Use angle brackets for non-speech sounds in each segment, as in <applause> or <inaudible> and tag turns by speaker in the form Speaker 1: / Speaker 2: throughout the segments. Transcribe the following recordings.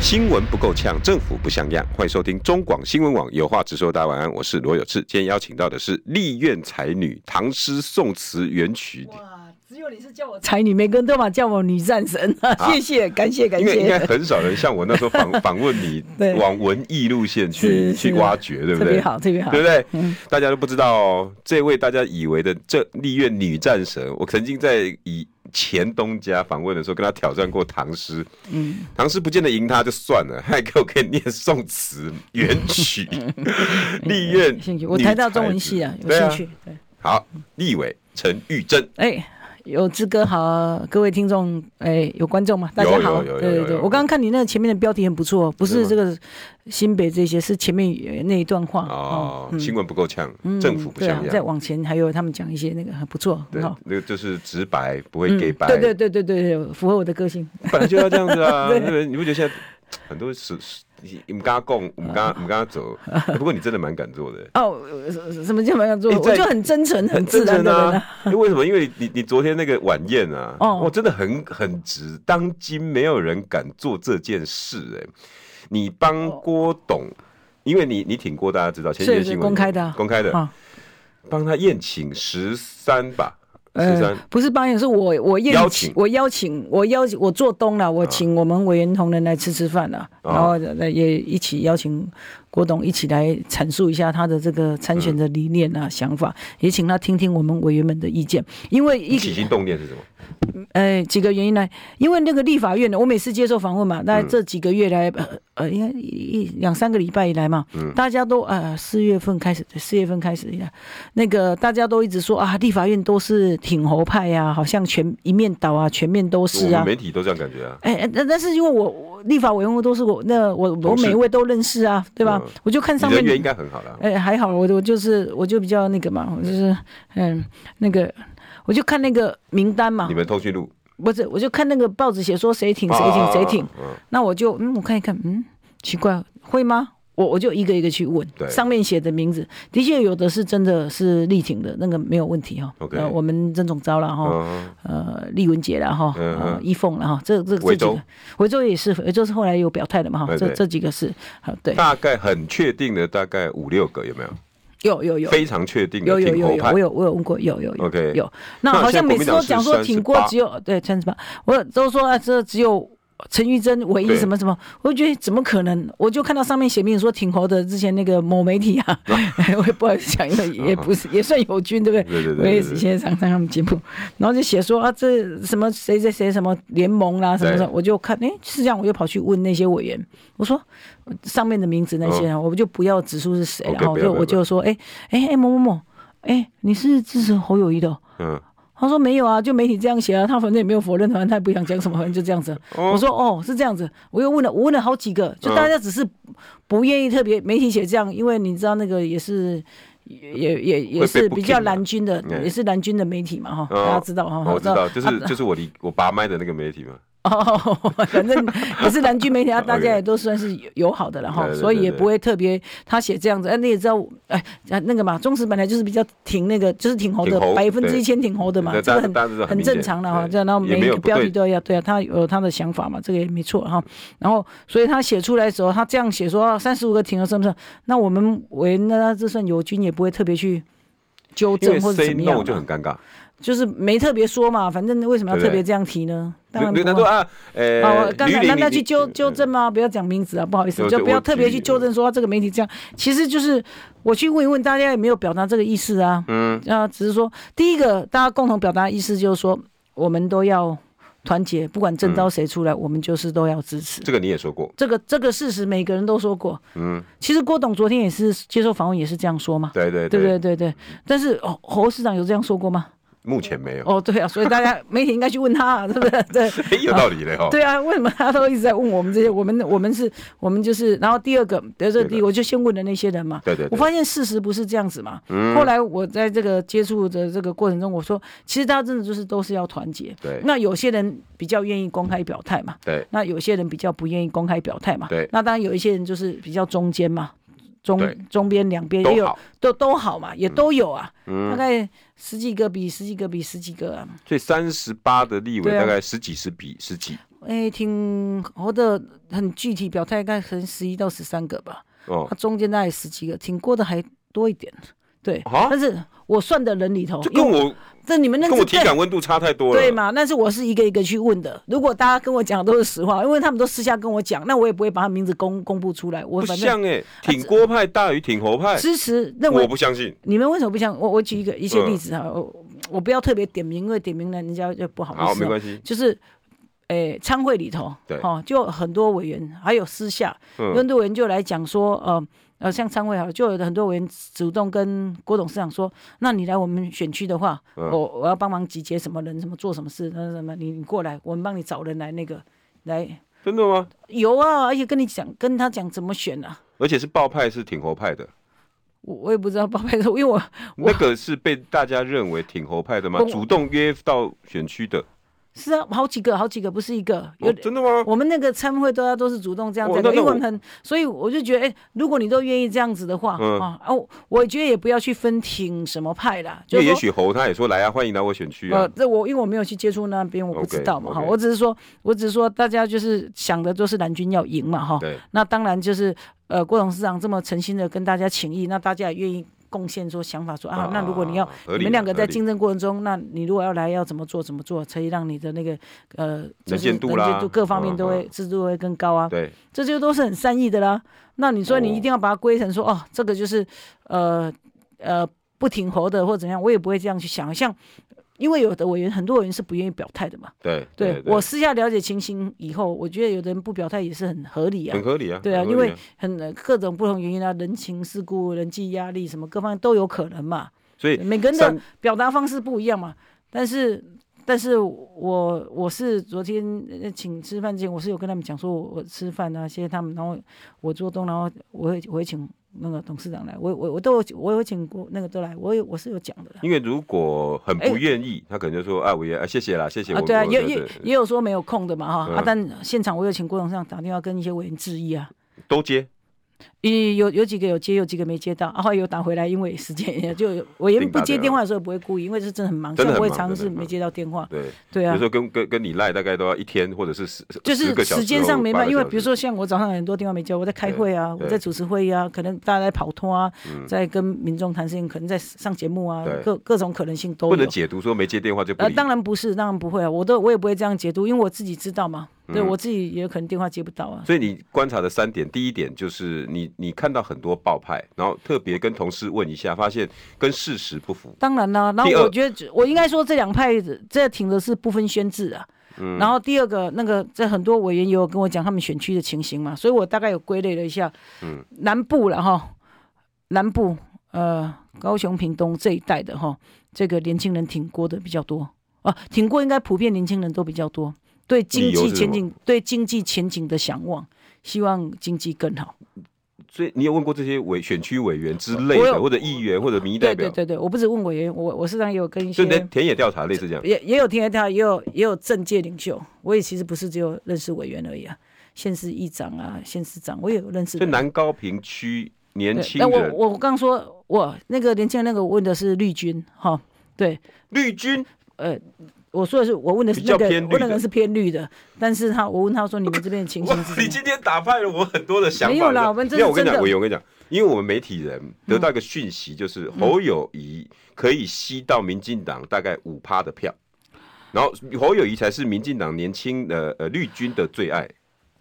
Speaker 1: 新闻不够呛，政府不像样。欢迎收听中广新闻网，有话直说。大家晚安，我是罗有志。今天邀请到的是立院才女，唐诗宋词元曲。
Speaker 2: 哇，只有你是叫我才女，每个人都嘛叫我女战神啊！ <laughs> 谢谢，感谢，感
Speaker 1: 因为应该
Speaker 2: 谢，
Speaker 1: 很少人像我那时候
Speaker 2: <laughs>
Speaker 1: 访访问你，
Speaker 2: 对
Speaker 1: 往文艺路线去
Speaker 2: 是
Speaker 1: 去
Speaker 2: 是
Speaker 1: 挖掘，对不
Speaker 2: 特
Speaker 1: 对
Speaker 2: 别？好，特别好嗯
Speaker 1: 对。不对？大家都不知道、哦，这位大家以为的这立院女战神，我曾经在以前东家访问的时候，跟她挑战过唐诗，
Speaker 2: 嗯，
Speaker 1: 唐诗不见得赢她就算了，还给我可以念宋词元
Speaker 2: <laughs>
Speaker 1: 曲， <laughs> 立院
Speaker 2: 嗯有兴趣，我台大中文系啊，有
Speaker 1: 对
Speaker 2: 兴趣。对，
Speaker 1: 好，立委陈玉珍，
Speaker 2: 哎，有志哥好，各位听众，哎，有观众吗？大家好，
Speaker 1: 有有有有
Speaker 2: 对
Speaker 1: 有
Speaker 2: 对对。
Speaker 1: 有
Speaker 2: 我刚刚看你那个前面的标题很不错，哦不
Speaker 1: 是
Speaker 2: 是
Speaker 1: 吗
Speaker 2: 这个新北这些，是前面呃那一段话
Speaker 1: 哦，
Speaker 2: 嗯
Speaker 1: 新闻不够呛，
Speaker 2: 嗯
Speaker 1: 政府不
Speaker 2: 对啊
Speaker 1: 像
Speaker 2: 再
Speaker 1: 样，
Speaker 2: 往前还有他们讲一些那个很不错，
Speaker 1: 对
Speaker 2: 很好，。
Speaker 1: 那个就是直白，不会
Speaker 2: 嗯，
Speaker 1: 给白，
Speaker 2: 对对对对对，符合我的个性。
Speaker 1: 本来就要这样子啊，对
Speaker 2: <laughs> 对
Speaker 1: 不对？你不觉得现在很多时时你们跟他共，我们跟他我们跟他
Speaker 2: <laughs>
Speaker 1: 走？不过你真的蛮敢做的，
Speaker 2: 哦，呃什什么叫蛮要做？
Speaker 1: 哎在
Speaker 2: 我就很真诚、很自
Speaker 1: 真
Speaker 2: 然
Speaker 1: 诚
Speaker 2: 的人啊。
Speaker 1: 啊！因为为什么？因为你你昨天那个晚宴啊，
Speaker 2: 哦
Speaker 1: 我真的很很直，当今没有人敢做这件事哎。你帮郭董，因为你你挺郭，大家知道，前几天
Speaker 2: 是
Speaker 1: 新
Speaker 2: 是
Speaker 1: 闻
Speaker 2: 公开的啊
Speaker 1: 公开的，
Speaker 2: 啊，
Speaker 1: 帮他宴请十三吧，十
Speaker 2: 呃
Speaker 1: 三，
Speaker 2: 不是八月，是我我宴
Speaker 1: 邀请啊
Speaker 2: 请，我邀请，我邀请，我做东了，我请我们委员同仁来吃吃饭了，
Speaker 1: 哦
Speaker 2: 然后呃也一起邀请郭董一起来阐述一下他的这个参选
Speaker 1: 嗯
Speaker 2: 的理念啊、想法，也请他听听我们委员们的意见，因为一
Speaker 1: 起心动念是什么？
Speaker 2: 呃几个原因呢，因为那个立法院呢，我每次接受访问嘛，
Speaker 1: 嗯
Speaker 2: 那这几个月来呃呃应该一一两三个礼拜以来嘛，
Speaker 1: 嗯
Speaker 2: 大家都呃四月份开始，对四月份开始以来，那个大家都一直说啊，立法院都是挺侯派呀、好像全一面倒啊，全面都
Speaker 1: 我
Speaker 2: 是
Speaker 1: 们
Speaker 2: 啊。
Speaker 1: 媒体都这样感觉啊。
Speaker 2: 哎，哎但但是因为我我立法委员会都是我那我我
Speaker 1: 同事
Speaker 2: 每一位都认识啊，对吧？
Speaker 1: 嗯
Speaker 2: 我就看上
Speaker 1: 你人
Speaker 2: 面
Speaker 1: 缘应该很好啦。
Speaker 2: 哎、还好，我我就是我就比较那个嘛，我就是嗯那个，我就看那个名单嘛
Speaker 1: 你，们通讯录
Speaker 2: 不是，我就看那个报纸写说谁挺谁挺谁挺，？
Speaker 1: 啊啊啊啊啊
Speaker 2: 那我就嗯，我看一看，嗯，奇怪，会吗？我我就一个一个去问
Speaker 1: 对，
Speaker 2: 上面写的名字，的确有的是真的是力挺的，那个没有问题哈、
Speaker 1: OK
Speaker 2: 呃我们曾总招了哈，
Speaker 1: 嗯
Speaker 2: 呃，丽文杰了哈，
Speaker 1: 嗯
Speaker 2: 呃
Speaker 1: 嗯，
Speaker 2: 一凤了哈，这这这
Speaker 1: 维
Speaker 2: 几
Speaker 1: 州
Speaker 2: 个，维州也是，维州是后来有表态的嘛哈，
Speaker 1: 对
Speaker 2: 这
Speaker 1: 对
Speaker 2: 这几个是，好对，
Speaker 1: 大概很确定的，大概五六个有没有？
Speaker 2: 有有有。
Speaker 1: 非常确定
Speaker 2: 有
Speaker 1: 的
Speaker 2: 有
Speaker 1: 挺
Speaker 2: 有
Speaker 1: 侯
Speaker 2: 有，
Speaker 1: 派
Speaker 2: 我。有我有问过，有有有
Speaker 1: OK
Speaker 2: 有。那
Speaker 1: 那
Speaker 2: 好
Speaker 1: 现
Speaker 2: 像
Speaker 1: 在
Speaker 2: 每
Speaker 1: 国民
Speaker 2: 次
Speaker 1: 党
Speaker 2: 都
Speaker 1: 是
Speaker 2: 讲说挺过
Speaker 1: 38
Speaker 2: 只有对三十八，我都说啊这只有陈玉珍唯一
Speaker 1: 对
Speaker 2: 什么什么，我就觉得怎么可能？我就看到上面写明说挺侯的之前那个某媒体啊， <laughs> 我也不好意思讲，因为也不是也算友军对不对？
Speaker 1: 啊对对对
Speaker 2: 我也
Speaker 1: 对
Speaker 2: 是
Speaker 1: 对
Speaker 2: 现在上上他们节目，然后就写说啊这什么谁谁谁什么联盟啦什么什么，
Speaker 1: 对
Speaker 2: 我就看哎是这样，我就跑去问那些委员，我说上面的名字那些
Speaker 1: 嗯
Speaker 2: 啊，我就不要指出是谁，
Speaker 1: OK，
Speaker 2: 然后
Speaker 1: 不
Speaker 2: 我
Speaker 1: 要
Speaker 2: 就
Speaker 1: 不要
Speaker 2: 我就说哎哎哎某某某。哎，你是支持侯友谊的哦、
Speaker 1: 嗯，
Speaker 2: 他说没有啊，就媒体这样写啊，他反正也没有否认，反正他也不想讲什么，反正就这样子。
Speaker 1: 哦嗯
Speaker 2: 我说哦，是这样子。我又问了，我问了好几个，就大家只是不愿意特别媒体写这样，因为你知道那个也是。也也也也
Speaker 1: 会被
Speaker 2: 是比较
Speaker 1: booking 的
Speaker 2: 蓝军的，
Speaker 1: 嗯
Speaker 2: 也是蓝军的媒体嘛哈，
Speaker 1: 哦
Speaker 2: 大家知道哈，
Speaker 1: 我知道，就是
Speaker 2: 啊
Speaker 1: 就是我离我拔麦的那个媒体嘛。
Speaker 2: <laughs> 哦，反正也是蓝军媒体，啊，大
Speaker 1: OK
Speaker 2: 家也都算是友友好的了哈
Speaker 1: 对，对
Speaker 2: 所以
Speaker 1: 对
Speaker 2: 也
Speaker 1: 对
Speaker 2: 不会特别他写这样子。哎，你也知道，哎，啊那个嘛，中时本来就是比较挺那个，就是挺红
Speaker 1: 挺
Speaker 2: 的，
Speaker 1: 红
Speaker 2: 百分之
Speaker 1: 对
Speaker 2: 一千挺红的嘛
Speaker 1: 那，
Speaker 2: 这
Speaker 1: 大
Speaker 2: 个
Speaker 1: 大家知道很
Speaker 2: 很很
Speaker 1: 明显
Speaker 2: 正常了哈。
Speaker 1: 对
Speaker 2: 这样，然后
Speaker 1: 也
Speaker 2: 每
Speaker 1: 没
Speaker 2: 一
Speaker 1: 有
Speaker 2: 个
Speaker 1: 不
Speaker 2: 标
Speaker 1: 对
Speaker 2: 题都要对啊，他有他的想法嘛，这个也没错哈。然后，所以他写出来的时候，他这样写说啊三十五个挺了，是不是？那我们为那这算友军也不会特别去纠
Speaker 1: 因为
Speaker 2: 正或者
Speaker 1: say
Speaker 2: 怎么样啊
Speaker 1: no
Speaker 2: 嘛，
Speaker 1: 就很尴尬，
Speaker 2: 就是没特别说嘛，反正为什么要
Speaker 1: 对不对
Speaker 2: 特别这样提呢？当然
Speaker 1: 刘
Speaker 2: 不
Speaker 1: 南
Speaker 2: 会
Speaker 1: 说。啊，呃
Speaker 2: 哦，，刚才
Speaker 1: 吕
Speaker 2: 那
Speaker 1: 玲
Speaker 2: 那
Speaker 1: 你
Speaker 2: 去
Speaker 1: 你
Speaker 2: 纠纠正吗？不要讲名字啊，不好
Speaker 1: 对
Speaker 2: 意思，就
Speaker 1: 对
Speaker 2: 不要
Speaker 1: 我嗯
Speaker 2: 特别
Speaker 1: 举
Speaker 2: 去纠正说这个媒体这样，其实就是我去问一问大家有没有表达这个意思啊？
Speaker 1: 嗯，
Speaker 2: 啊，只是说第一个大家共同表达的意思就是说，我们都要团结，不管
Speaker 1: 嗯
Speaker 2: 征召谁出来，我们就是都要支持。
Speaker 1: 这个你也说过，
Speaker 2: 这个这个事实，每个人都说过。
Speaker 1: 嗯，
Speaker 2: 其实郭董昨天也是接受访问，也是这样说嘛，
Speaker 1: 对对
Speaker 2: 哦对不对？对对。但是侯侯市长有这样说过吗？
Speaker 1: 目前没有，
Speaker 2: 哦，对啊，所以大家 <laughs> 媒体应该去问他、啊，是不是？对，
Speaker 1: 哎，有道理嘞哈。
Speaker 2: 对啊，为什么他都一直在问我们这些？我们我们是，我们就是，然后第二个，得这第一，我就先问了那些人嘛。
Speaker 1: 对对对嗯
Speaker 2: 我发现事实不是这样子嘛。后来我在这个接触的这个过程中，我说，其实大家真的就是都是要团结。
Speaker 1: 对
Speaker 2: 那有些人比较愿意公开表态嘛，
Speaker 1: 对
Speaker 2: 那有些人比较不愿意公开表态嘛。
Speaker 1: 对
Speaker 2: 那当然有一些人就是比较中间嘛，中
Speaker 1: 对
Speaker 2: 中边两边
Speaker 1: 都
Speaker 2: 也有
Speaker 1: 好嗯
Speaker 2: 都都好嘛，也都有啊。大概十几个比十几个比十几个啊。
Speaker 1: 所以三十八的立委
Speaker 2: 对啊
Speaker 1: 大概十几十比十几
Speaker 2: 哎，挺活的很具体，表态大概可能十一到十三个吧，
Speaker 1: 哦
Speaker 2: 啊，，中间大概十几个，挺过的还多一点，对。
Speaker 1: 啊
Speaker 2: 但是我算的人里头，
Speaker 1: 就
Speaker 2: 因
Speaker 1: 跟
Speaker 2: 为
Speaker 1: 我
Speaker 2: 这你们那
Speaker 1: 跟
Speaker 2: 个
Speaker 1: 我
Speaker 2: 是
Speaker 1: 体感温度差太多了。
Speaker 2: 对？嘛？但是我是一个一个去问的。如果大家跟我讲都是实话，因为他们都私下跟我讲，那我也不会把他名字公公布出来。我
Speaker 1: 不
Speaker 2: 反正
Speaker 1: 像哎，挺郭派大于挺侯派，
Speaker 2: 支持认为
Speaker 1: 我不相信。
Speaker 2: 你们为什么不想我？我举一个一些
Speaker 1: 嗯
Speaker 2: 例子哈，我我不要特别点名，因为点名了人家就不好意思哦。
Speaker 1: 好，没关系。
Speaker 2: 就是，诶，参会里头，
Speaker 1: 嗯对
Speaker 2: 哦，就很多委员，还有私下，有
Speaker 1: 嗯
Speaker 2: 很多委员就来讲说，呃，呃，像参会好了，就有很多委员主动跟郭董事长说，那你来我们选区的话，
Speaker 1: 嗯
Speaker 2: 我我要帮忙集结什么人，什么做什么事，那什么，你你过来，我们帮你找人来那个来。
Speaker 1: 真的吗？
Speaker 2: 有啊，而且跟你讲，跟他讲怎么选啊，
Speaker 1: 而且是爆派是挺侯派的，
Speaker 2: 我我也不知道，宝贝，因为我
Speaker 1: 那个是被大家认为挺侯派的吗
Speaker 2: 我？
Speaker 1: 主动约到选区的，
Speaker 2: 是啊，好几个，好几个，不是一个，有
Speaker 1: 哦，真的 <laughs> 吗？
Speaker 2: 我们那个参会都要都是主动这样
Speaker 1: 哦
Speaker 2: 子
Speaker 1: 那
Speaker 2: 的，
Speaker 1: 那
Speaker 2: 因为
Speaker 1: 我
Speaker 2: 我们很，所以我就觉得，哎，如果你都愿意这样子的话，
Speaker 1: 嗯
Speaker 2: 啊，哦，我觉得也不要去分挺什么派啦，
Speaker 1: 因
Speaker 2: 就
Speaker 1: 为
Speaker 2: 是
Speaker 1: 也
Speaker 2: 说。
Speaker 1: 许侯他也说来啊，欢迎来我选区
Speaker 2: 呃
Speaker 1: 啊，，
Speaker 2: 这我因为我没有去接触那边，我不知道嘛哈
Speaker 1: OK，OK
Speaker 2: 我只是说，我只是说，大家就是想的都是蓝军要赢嘛哈。
Speaker 1: 对，
Speaker 2: 那当然就是呃，郭董事长这么诚心的跟大家请益，那大家也愿意贡献说想法说啊
Speaker 1: 啊
Speaker 2: 那如果你要
Speaker 1: 合理
Speaker 2: 你们两
Speaker 1: 啊
Speaker 2: 个
Speaker 1: 合
Speaker 2: 在
Speaker 1: 理
Speaker 2: 竞争过程中，那你如果要来要怎么做怎么做，可以让你的那个呃就是
Speaker 1: 见度
Speaker 2: 能
Speaker 1: 啦
Speaker 2: 见度各方面都
Speaker 1: 嗯
Speaker 2: 会
Speaker 1: 嗯
Speaker 2: 制度会更高啊。
Speaker 1: 对，
Speaker 2: 这就都是很善意的啦。那你说你
Speaker 1: 哦
Speaker 2: 一定要把它归成说，哦，这个就是呃呃不挺侯的或者怎样，我也不会这样去想。像因为有的委员，很多委员是不愿意表态的嘛。
Speaker 1: 对，对，
Speaker 2: 对我私下了解情形以后，我觉得有的人不表态也是很合理啊
Speaker 1: 很。合理啊，
Speaker 2: 对啊，
Speaker 1: 很合
Speaker 2: 因
Speaker 1: 理
Speaker 2: 为很呃各种不同原因啊，人情世故、人际压力什么各方面都有可能嘛。
Speaker 1: 所以
Speaker 2: 每个人
Speaker 1: 三
Speaker 2: 的表达方式不一样嘛。但是，但是我我是昨天呃请吃饭之前，我是有跟他们讲说，我我吃饭啊，谢谢他们，然后我做东，然后我会我会请那个董事长来，我我我都有我有请过那个都来，我有我是有讲的啦。
Speaker 1: 因为如果很不愿意，他可能就说啊，我也啊，谢谢啦，谢谢我。
Speaker 2: 哎啊，对啊，
Speaker 1: 我
Speaker 2: 也
Speaker 1: 对
Speaker 2: 也
Speaker 1: 对
Speaker 2: 也有说没有空的嘛哈、
Speaker 1: 嗯
Speaker 2: 啊，但现场我有请郭董事长打电话跟一些委员质疑啊，
Speaker 1: 都接，
Speaker 2: 有有有几个有接，有几个没接到，啊，后来有打回来，因为时间也就我也
Speaker 1: 定
Speaker 2: 不
Speaker 1: 打
Speaker 2: 接
Speaker 1: 电话
Speaker 2: 电话的时候不会故意，因为是真的很忙，
Speaker 1: 真的
Speaker 2: 像
Speaker 1: 很
Speaker 2: 我也
Speaker 1: 忙
Speaker 2: 尝
Speaker 1: 真的
Speaker 2: 试
Speaker 1: 很忙
Speaker 2: 没接到电话，
Speaker 1: 对，
Speaker 2: 对啊
Speaker 1: 有时。候跟跟跟你赖大概都要一天或者是十
Speaker 2: 就是
Speaker 1: 10个小时
Speaker 2: 时间上没办
Speaker 1: 八
Speaker 2: 法，
Speaker 1: 个
Speaker 2: 因为
Speaker 1: 小时
Speaker 2: 比如说像我早上很多电话没接，我在开会啊，
Speaker 1: 对嗯
Speaker 2: 我在主持会议啊，可能大家在跑脱啊，在跟民众谈事情，可能在上节目啊
Speaker 1: 对，
Speaker 2: 各各种可能性都
Speaker 1: 不能
Speaker 2: 有。
Speaker 1: 解读说没接电话就不
Speaker 2: 呃，
Speaker 1: 理，
Speaker 2: 当然不是，当然不会啊，我都我也不会这样解读，因为我自己知道嘛，对
Speaker 1: 嗯
Speaker 2: 我自己也有可能电话接不到啊。
Speaker 1: 所以你观察的三点，第一点就是你你看到很多爆派，然后特别跟同事问一下，发现跟事实不符，
Speaker 2: 当然啦、然
Speaker 1: 第二
Speaker 2: 后我觉得我应该说这两派这挺的是不分宣制啊。
Speaker 1: 嗯
Speaker 2: 然后第二个那个，在很多委员也有跟我讲他们选区的情形嘛，所以我大概有归类了一下，嗯，南部了哈，南部呃高雄屏东这一带的哈，这个年轻人挺过的比较多啊，挺过应该普遍年轻人都比较多，对经
Speaker 1: 理由
Speaker 2: 济
Speaker 1: 是什
Speaker 2: 前
Speaker 1: 么
Speaker 2: 景对经济前景的向往，希望经济更好。
Speaker 1: 所以你有问过这些委选区委员之类
Speaker 2: 我
Speaker 1: 的，
Speaker 2: 有
Speaker 1: 或者议员或者民意代
Speaker 2: 对对
Speaker 1: 表，
Speaker 2: 对对，我不止问委员，我我实际上也有跟一
Speaker 1: 所
Speaker 2: 些
Speaker 1: 以你在田野调查类似这样，
Speaker 2: 也也有听得到，也有也有政界领袖，我也其实不是只有认识委员而已啊，县市议长啊、县市长，我也有认
Speaker 1: 所
Speaker 2: 识
Speaker 1: 以
Speaker 2: 的。
Speaker 1: 南高平区年
Speaker 2: 对
Speaker 1: 轻
Speaker 2: 但我
Speaker 1: 人
Speaker 2: 我我刚说，我那个年轻人那个我问的是绿军哈，对，
Speaker 1: 绿军
Speaker 2: 呃，我说的是我问的是那个
Speaker 1: 比较偏绿的
Speaker 2: 我那个是偏绿的，但是他我问他说你们这边的情
Speaker 1: 哇
Speaker 2: 形是怎
Speaker 1: 你
Speaker 2: 么样？
Speaker 1: 今天打败了我很多的想法。
Speaker 2: 没有啦
Speaker 1: 你知道
Speaker 2: 我们这
Speaker 1: 没有
Speaker 2: 是
Speaker 1: 我跟你
Speaker 2: 真
Speaker 1: 讲，
Speaker 2: 的嗯
Speaker 1: 我有我跟你讲，因为我们媒体人得到一个讯息，就是侯友谊可以吸到民进党大概五趴的票，然后侯友谊才是民进党年轻的呃绿军的最爱。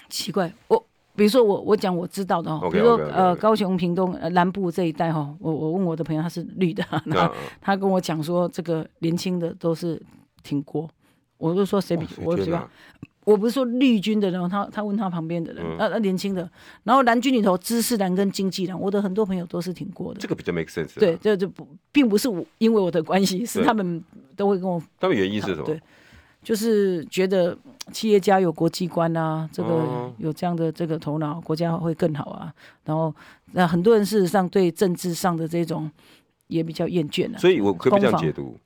Speaker 2: 奇怪，我比如说我我讲我知道的哦，
Speaker 1: OK，
Speaker 2: 比如说
Speaker 1: OK，OK，OK
Speaker 2: 呃高雄、屏东、呃南部这一带哈，我我问我的朋友他是绿的，然
Speaker 1: 那
Speaker 2: 后他跟我讲说，这个年轻的都是挺过，我就说谁比
Speaker 1: 哇
Speaker 2: 我
Speaker 1: 哎天
Speaker 2: 比
Speaker 1: 哪
Speaker 2: 较，我不是说绿军的人哦，他他问他旁边的人，
Speaker 1: 嗯
Speaker 2: 那、那年轻的，然后蓝军里头知识蓝跟经济蓝，我的很多朋友都是挺过的
Speaker 1: 这。个比较 make sense。啊
Speaker 2: 对，，这就不并不是我因为我的关系，是
Speaker 1: 对
Speaker 2: 他们都会跟我
Speaker 1: 他们原因是什么？
Speaker 2: 对，就是觉得嗯企业家有国际观啊，这个
Speaker 1: 哦
Speaker 2: 有这样的这个头脑，国家会更好啊。然后，那很多人事实上对政治上的这种也比较厌倦了、啊
Speaker 1: 所以我可不可以这
Speaker 2: 攻
Speaker 1: 样
Speaker 2: 防
Speaker 1: 解读：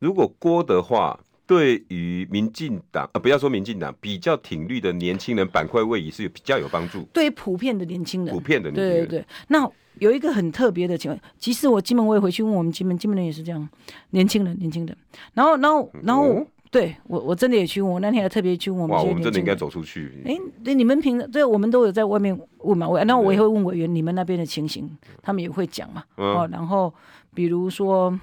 Speaker 1: 如果郭的话，对于民进党、呃，不要说民进党，比较挺绿的年轻人板块位移是比较有帮助，
Speaker 2: 对普遍的年轻人，
Speaker 1: 普遍的年轻
Speaker 2: 对对
Speaker 1: 人。
Speaker 2: 对。那有一个很特别的情况，其实我金门我也回去问我们金门，金门人也是这样，年轻人，年轻人。然后，然后，然后，
Speaker 1: 哦
Speaker 2: 对我我真的也去问，我那天还特别去问我们
Speaker 1: 哇，
Speaker 2: 这些
Speaker 1: 我们真的
Speaker 2: 年轻
Speaker 1: 应该
Speaker 2: 人。
Speaker 1: 走出去。
Speaker 2: 哎，对，你们平常对我们都有在外面问嘛，我那我也会问委员你们那边的情形，他们也会讲嘛。
Speaker 1: 嗯
Speaker 2: 哦，然后比如说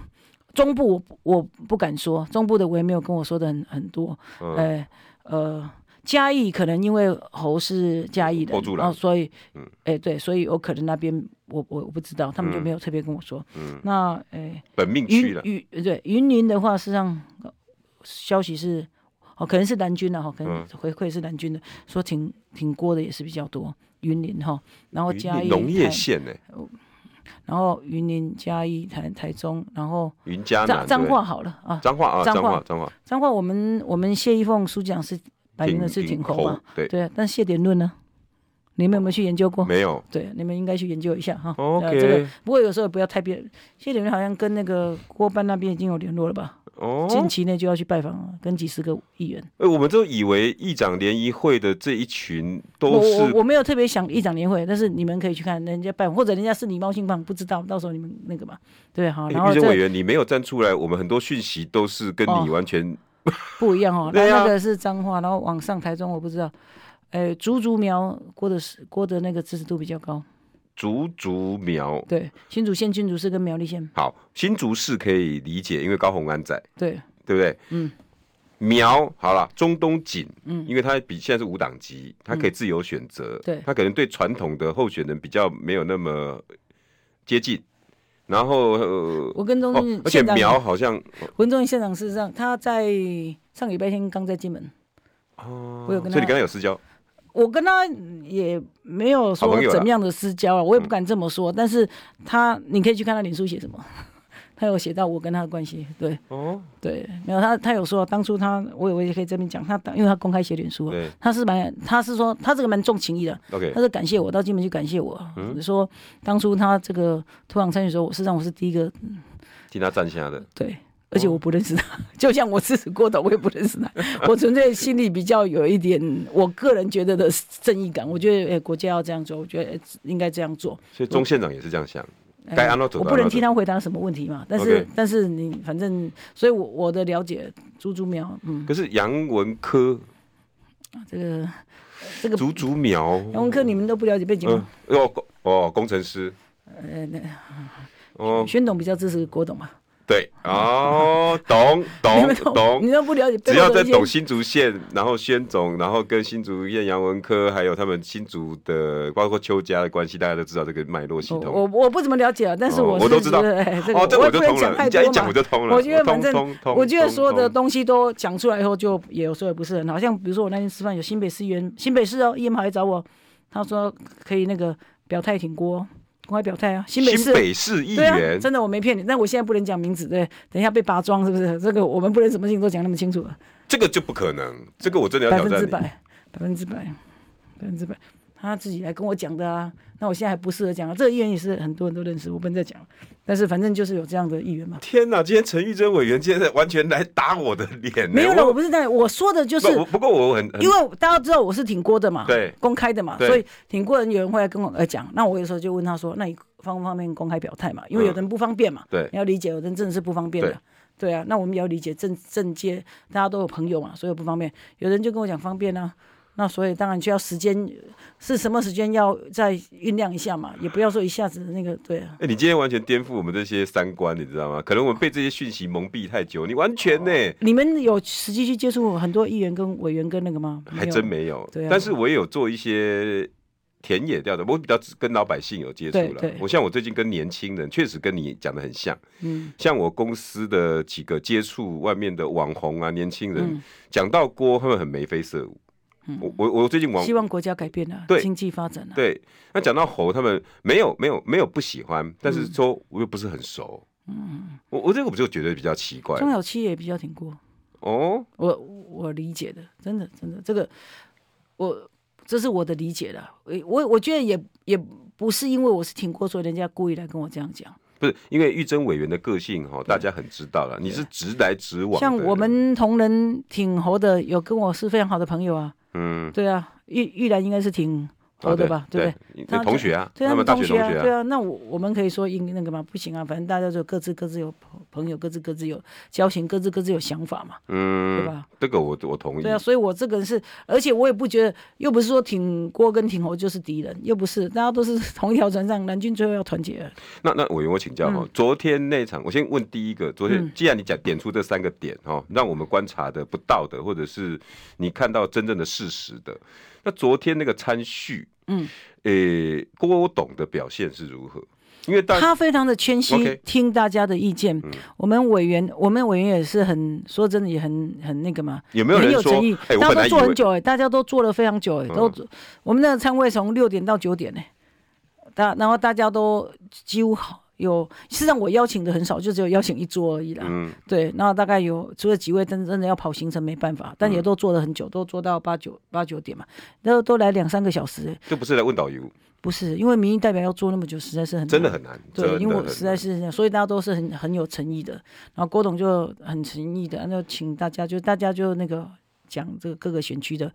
Speaker 2: 中部我不，我不敢说，中部的我也没有跟我说的很很多。
Speaker 1: 嗯
Speaker 2: 呃呃，嘉义可能因为侯是嘉义的，
Speaker 1: 侯主
Speaker 2: 然
Speaker 1: 任
Speaker 2: 后所以
Speaker 1: 嗯，
Speaker 2: 哎、对，所以我可能那边我我我不知道，他们就
Speaker 1: 嗯
Speaker 2: 没有特别跟我说。
Speaker 1: 嗯，
Speaker 2: 那哎，
Speaker 1: 本命去
Speaker 2: 云
Speaker 1: 了，
Speaker 2: 云对云林的话，事实上呃消息是哦，可能是蓝军了哈，可能
Speaker 1: 嗯
Speaker 2: 回馈是蓝军的，说挺挺锅的也是比较多，云林哈，然后嘉
Speaker 1: 云林
Speaker 2: 义
Speaker 1: 农业
Speaker 2: 台
Speaker 1: 县呢、
Speaker 2: 然后云林嘉义台台中，然后
Speaker 1: 云嘉南
Speaker 2: 彰
Speaker 1: 对
Speaker 2: 彰
Speaker 1: 不对
Speaker 2: 化好了啊，
Speaker 1: 彰化啊，
Speaker 2: 彰
Speaker 1: 彰
Speaker 2: 化
Speaker 1: 化彰化，
Speaker 2: 彰化我们我们谢依凤书讲是摆明了是挺红嘛，
Speaker 1: 对，
Speaker 2: 对啊，但谢典论呢，你们有没有去研究过？
Speaker 1: 没有
Speaker 2: 对，你们应该去研究一下哈。
Speaker 1: OK
Speaker 2: 呃这个不过有时候也不要太别，谢典论好像跟那个郭班那边已经有联络了吧？
Speaker 1: 哦。
Speaker 2: 近期内就要去拜访了，跟几十个议员。
Speaker 1: 哎、我们都以为议长联谊会的这一群
Speaker 2: 我
Speaker 1: 都
Speaker 2: 我
Speaker 1: 是
Speaker 2: 我没有特别想议长年会，但是你们可以去看人家拜访，或者人家是礼貌性放，不知道到时候你们那个嘛，对好，
Speaker 1: 哎
Speaker 2: 然后
Speaker 1: 玉珍委
Speaker 2: 这
Speaker 1: 员，你没有站出来，我们很多讯息都是跟
Speaker 2: 哦
Speaker 1: 你完全
Speaker 2: 不一样哦。然
Speaker 1: 对啊
Speaker 2: 后那个是彰化，然后往上台中我不知道，呃，竹竹苗郭的是郭的那个支持度比较高，
Speaker 1: 竹竹苗。
Speaker 2: 对，新竹县、新竹市跟苗栗县，
Speaker 1: 好，新竹市可以理解，因为高鸿安在，
Speaker 2: 对，
Speaker 1: 对不对？
Speaker 2: 嗯。
Speaker 1: 苗好了，中东锦，
Speaker 2: 嗯
Speaker 1: 因为他比现在是无党籍，他可以自由选择，
Speaker 2: 对
Speaker 1: 他可能对传统的候选人比较没有那么接近。然后，呃
Speaker 2: 我跟中
Speaker 1: 哦
Speaker 2: 正，
Speaker 1: 而且
Speaker 2: 县长，
Speaker 1: 苗好像
Speaker 2: 文中县长事实上他在上礼拜天刚在金门，
Speaker 1: 哦，
Speaker 2: 我有跟他
Speaker 1: 所以你刚刚有私交，
Speaker 2: 我跟他也没有
Speaker 1: 好
Speaker 2: 说
Speaker 1: 朋友啦嗯
Speaker 2: 怎么样的私交啊，我也不敢这么说。但是他，你可以去看他脸书写什么， <laughs> 他有写到我跟他的关系。对
Speaker 1: 哦，
Speaker 2: 对，没有他，他有说当初他，我我也可以这边讲，他当因为他公开写脸书啊，
Speaker 1: 对
Speaker 2: 他是蛮，他是说他这个蛮重情义的，
Speaker 1: ，OK，
Speaker 2: 他是感谢我到金门去感谢我，
Speaker 1: 嗯
Speaker 2: 说当初他这个土壤参与的时候，我事实上我是第一个
Speaker 1: 听他站下的，
Speaker 2: 对。而且我不认识他， <laughs> 就像我支持郭董，我也不认识
Speaker 1: <laughs>
Speaker 2: 他。我纯粹心里比较有一点，我个人觉得的正义感。我觉得，哎、国家要这样做，我觉得、哎应该这样做。
Speaker 1: 所以钟县长也是这样想，
Speaker 2: 哎
Speaker 1: 该安乐走
Speaker 2: 我
Speaker 1: 的
Speaker 2: 不能
Speaker 1: 安乐
Speaker 2: 替
Speaker 1: 走。
Speaker 2: 他回答什么问题嘛。但是
Speaker 1: OK
Speaker 2: 但是你反正，所以我我的了解，猪猪苗，嗯，
Speaker 1: 可是杨文科、
Speaker 2: 这个这个
Speaker 1: 竹竹苗，
Speaker 2: 杨文科你们都不了解背景
Speaker 1: 嗯
Speaker 2: 吗？，
Speaker 1: 哦工哦，工程师，
Speaker 2: 呃，那 <laughs>
Speaker 1: 哦，
Speaker 2: 宣董比较支持郭董嘛，
Speaker 1: 对，哦，懂
Speaker 2: <laughs> 你
Speaker 1: 懂
Speaker 2: 们
Speaker 1: 懂
Speaker 2: 你，都不了解
Speaker 1: 只
Speaker 2: 背后
Speaker 1: 要在
Speaker 2: 的一些
Speaker 1: 懂新竹县，然后宣总，然后跟新竹县杨文科，还有他们新竹的，包括邱家的关系，大家都知道这个脉络系
Speaker 2: 我
Speaker 1: 统。
Speaker 2: 我我不怎么了解啊，但是
Speaker 1: 哦
Speaker 2: 我是
Speaker 1: 我都知道
Speaker 2: 觉得哎这个
Speaker 1: 哦，这
Speaker 2: 我
Speaker 1: 我
Speaker 2: 也
Speaker 1: 就
Speaker 2: 不能
Speaker 1: 通
Speaker 2: 讲
Speaker 1: 了，
Speaker 2: 太
Speaker 1: 你
Speaker 2: 多
Speaker 1: 这
Speaker 2: 嘛。
Speaker 1: 样一讲我就通了。
Speaker 2: 我觉得反
Speaker 1: 通
Speaker 2: 正
Speaker 1: 通通，
Speaker 2: 我觉得所有的
Speaker 1: 通
Speaker 2: 东西都讲出来以后，就也有时候也不是很好。像比如说我那天吃饭，有新北市议员，新北市哦，叶马来找我，他说可以那个表态挺锅，公开表态啊，新北市
Speaker 1: 新。北市议
Speaker 2: 对啊，
Speaker 1: 员，
Speaker 2: 真的我没骗你，但我现在不能讲名字，对，等一下被拔庄是不是？这个我们不能什么事情都讲那么清楚了，
Speaker 1: 这个就不可能，这个我真的要
Speaker 2: 百
Speaker 1: 挑
Speaker 2: 分
Speaker 1: 战
Speaker 2: 之
Speaker 1: 你。
Speaker 2: 百，百分之百，百分之百，他自己来跟我讲的啊。那我现在还不适合讲啊，这个议员也是很多人都认识，我不能再讲了。但是反正就是有这样的议员嘛，
Speaker 1: 天哪！今天陈玉珍委员今天完全来打我的脸，
Speaker 2: 没有了，
Speaker 1: 我
Speaker 2: 我不是在，我说的就是
Speaker 1: 不，我不过我很很
Speaker 2: 因为大家知道我是挺郭的嘛，
Speaker 1: 嗯对
Speaker 2: 公开的嘛，
Speaker 1: 对
Speaker 2: 所以挺郭人有人会来跟我来呃讲，那我有时候就问他说，那你方不方便公开表态嘛？因为有的人不方便嘛，
Speaker 1: 嗯对
Speaker 2: 你要理解，有的人真的是不方便的
Speaker 1: 对。
Speaker 2: 对啊，那我们也要理解政政界，大家都有朋友嘛，所以不方便。有人就跟我讲方便啊，那所以当然就要时间，是什么时间要再酝酿一下嘛，也不要说一下子那个对啊。
Speaker 1: 哎、你今天完全颠覆我们这些三观，你知道吗？可能我们被这些讯息蒙蔽太久，你完全呢、
Speaker 2: 你们有实际去接触很多议员跟委员跟那个吗？
Speaker 1: 还
Speaker 2: 有
Speaker 1: 真没有。
Speaker 2: 对啊
Speaker 1: 但是我也有做一些田野调查，我比较跟老百姓有接触
Speaker 2: 对
Speaker 1: 了
Speaker 2: 对。
Speaker 1: 我像我最近跟年轻人，确实跟你讲的很像。
Speaker 2: 嗯，
Speaker 1: 像我公司的几个接触外面的网红啊、年轻人
Speaker 2: 嗯，
Speaker 1: 讲、到锅，他们很眉飞色舞。我我我最近往
Speaker 2: 希望国家改变了，
Speaker 1: 对
Speaker 2: 经济发展了，啊
Speaker 1: 对，那讲到猴，他们没有没有没有不喜欢，但
Speaker 2: 嗯
Speaker 1: 是说我又不是很熟。嗯，我我这个我就觉得比较奇怪
Speaker 2: 中小企业也比较挺过。
Speaker 1: 哦。
Speaker 2: 我我理解的，真的真的，这个我这是我的理解了。我我我觉得也也不是因为我是挺过，所以人家故意来跟我这样讲。
Speaker 1: 不是因为玉珍委员的个性哈，大家很知道了，你是直来直往的人。
Speaker 2: 像我们同仁挺猴的，有跟我是非常好的朋友啊。
Speaker 1: 嗯，
Speaker 2: 对啊，玉玉兰应该是挺
Speaker 1: 好
Speaker 2: 猴的吧，哦对不对？
Speaker 1: 啊对？
Speaker 2: 他
Speaker 1: 你同学啊，
Speaker 2: 对啊，
Speaker 1: 他们大学同
Speaker 2: 学
Speaker 1: 学
Speaker 2: 啊，对啊，那我我们可以说因那个嘛，不行啊，反正大家就各自各自有朋朋友，各自各自有交情，各自各自有想法嘛，对
Speaker 1: 嗯，
Speaker 2: 吧？
Speaker 1: 这个我我同意
Speaker 2: 对。啊，所以我这个人是，而且我也不觉得，又不是说挺郭跟挺侯就是敌人，又不是，大家都是同一条船上，蓝军最后要团结。
Speaker 1: 那那委员，我请教
Speaker 2: 嗯
Speaker 1: 哈，昨天那场，我先问第一个，昨天既然你讲点出这三个点哈，让我们观察的不到的，或者是你看到真正的事实的，那昨天那个参叙，
Speaker 2: 嗯，
Speaker 1: 诶，郭董的表现是如何？因为大
Speaker 2: 他非常的谦虚
Speaker 1: OK，嗯
Speaker 2: 听大家的意见。我们委员，我们委员也是很说真的，也很很那个嘛，
Speaker 1: 有没有
Speaker 2: 很
Speaker 1: 人
Speaker 2: 有
Speaker 1: 说
Speaker 2: 诚意，，
Speaker 1: 哎，我
Speaker 2: 大
Speaker 1: 本
Speaker 2: 家
Speaker 1: 来以
Speaker 2: 都做很
Speaker 1: 为嗯
Speaker 2: 久、哎，大家都做了非常久、哎，都、我们那个餐会从六点到九点呢、哎大然后大家都几乎好有，事实上我邀请的很少，就只有邀请一桌而已啦。
Speaker 1: 嗯
Speaker 2: 对，那大概有除了几位真真的要跑行程没办
Speaker 1: 嗯
Speaker 2: 法，但也都做了很久，都做到八九八九点嘛，然后都来两三个小时。
Speaker 1: 就不是来问导游，
Speaker 2: 不是因为民意代表要做那么久，实在是很
Speaker 1: 真的
Speaker 2: 难
Speaker 1: 很难，真
Speaker 2: 嗯对，
Speaker 1: 的
Speaker 2: 因为我
Speaker 1: 很
Speaker 2: 实在是，所以大家都是很很有诚意的。然后郭董就很诚意的，那就请大家就大家就那个讲这个各个选区的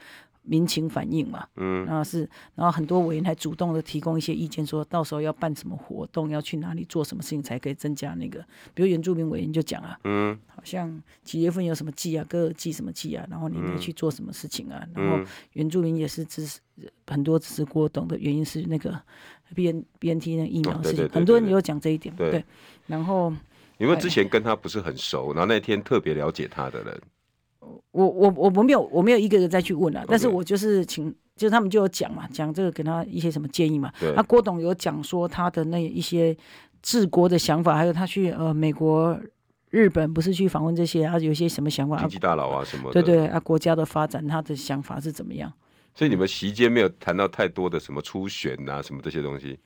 Speaker 2: 民情反应嘛，嗯，然后是，然后很多委员还主动的提供一些意见，说到时候要办什么活动，要去哪里做什么事情才可以增加那个，比如原住民委员就讲啊，嗯，好像几月份有什么祭啊，各祭什么祭啊，然后你
Speaker 1: 嗯
Speaker 2: 们去做什么事情啊，然后原住民也是支持很多支持郭董的原因是那个 B N B N T 那个疫苗
Speaker 1: 哦
Speaker 2: 的
Speaker 1: 对
Speaker 2: 事情，
Speaker 1: 对对
Speaker 2: 很多人
Speaker 1: 对对
Speaker 2: 有讲这一点，
Speaker 1: 对
Speaker 2: 对，然后。
Speaker 1: 有没有之前跟他不是很熟，然后那天特别了解他的人？
Speaker 2: 我我我我没有我没有一个个再去问了，但是我就是请，就是他们就有讲嘛，讲这个给他一些什么建议嘛。
Speaker 1: 对
Speaker 2: 那、郭董有讲说他的那一些治国的想法，还有他去呃美国、日本不是去访问这些啊，有一些什么想法？
Speaker 1: 经
Speaker 2: 啊
Speaker 1: 济大佬啊什么的，
Speaker 2: 对对啊，国家的发展他的想法是怎么样？
Speaker 1: 所以你们席间没有谈到太多的什么初选啊，什么这些东西，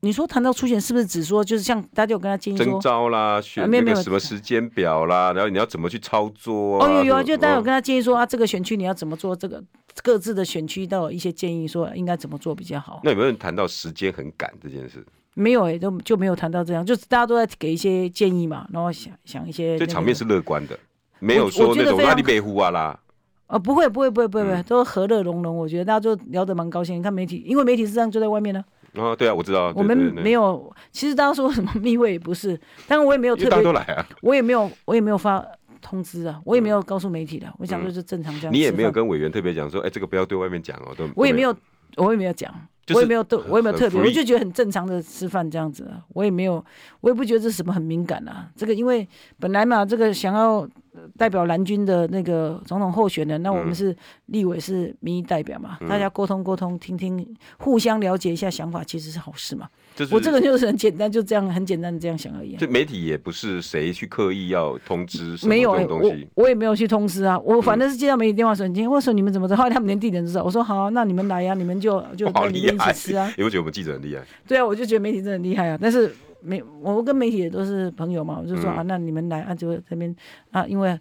Speaker 2: 你说谈到出选，是不是只说就是像大家有跟他建议
Speaker 1: 征
Speaker 2: 说？啊
Speaker 1: 招啦，选那
Speaker 2: 没有没
Speaker 1: 个
Speaker 2: 有
Speaker 1: 什么时间表啦，然后你要怎么去操作啊？
Speaker 2: 哦，有有啊，
Speaker 1: 什么
Speaker 2: 就大家有跟他建议说啊，这个选区你要怎么做？这个各自的选区都有一些建议，说应该怎么做比较好。
Speaker 1: 那有没有人谈到时间很赶这件事？
Speaker 2: 没有哎、都就没有谈到这样，就是大家都在给一些建议嘛，然后想想一些、那
Speaker 1: 所
Speaker 2: 个
Speaker 1: 以场面是乐观的，没有
Speaker 2: 我
Speaker 1: 说
Speaker 2: 我觉
Speaker 1: 那
Speaker 2: 得
Speaker 1: 种
Speaker 2: 非
Speaker 1: 拉
Speaker 2: 常
Speaker 1: 里北呼啊啦。
Speaker 2: 啊，不会不会不会不会
Speaker 1: 嗯
Speaker 2: 不会，都和乐融融，我觉得大家就聊得蛮高兴。你看媒体，因为媒体实际上就在外面呢、
Speaker 1: 哦，对啊，我知道，
Speaker 2: 我们没
Speaker 1: 有，
Speaker 2: 有。其实大家说什么 <laughs> 密位也不是，但我也没有
Speaker 1: 因为
Speaker 2: 特
Speaker 1: 大家都
Speaker 2: 别，
Speaker 1: 来啊，
Speaker 2: 我也没有我也没有发通知啊，我也没有告诉媒体的，我想就是正常这样。
Speaker 1: 嗯你也没有，跟委员特别讲说，哎，这个不要对外面讲哦，都
Speaker 2: 我也没，有，我也没有讲。
Speaker 1: 就是
Speaker 2: 我也没有特，我也没有特
Speaker 1: 很
Speaker 2: 别，
Speaker 1: free
Speaker 2: 我就觉得很正常的吃饭这样子啊，我也没有，我也不觉得这是什么很敏感啊。这个因为本来嘛，这个想要呃代表蓝军的那个总统候选人，那我
Speaker 1: 嗯
Speaker 2: 们是立委是民意代表嘛，大家沟通沟通，听听，互相了解一下想法，其实是好事嘛。
Speaker 1: 就是
Speaker 2: 我这个就是很简单，就这样很简单的这样想而已啊、
Speaker 1: 这媒体也不是谁去刻意要通知什么
Speaker 2: 没有、
Speaker 1: 这
Speaker 2: 欸，
Speaker 1: 种东
Speaker 2: 我
Speaker 1: 西，嗯
Speaker 2: 我也没有去通知啊，我反正是接到媒体电话说，你我说啊你们怎么知道？后来他们连地点都知道，我说好啊、那你们来呀、你们就就
Speaker 1: 我 <laughs> 好
Speaker 2: 带你
Speaker 1: 厉
Speaker 2: 们一
Speaker 1: 害
Speaker 2: 起吃啊。！
Speaker 1: 有没有觉得我们记者很厉害？
Speaker 2: 对啊，我就觉得媒体真的很厉害啊，但是媒我跟媒体也都是朋友嘛，我就说、啊，那你们来啊，就这边啊，因为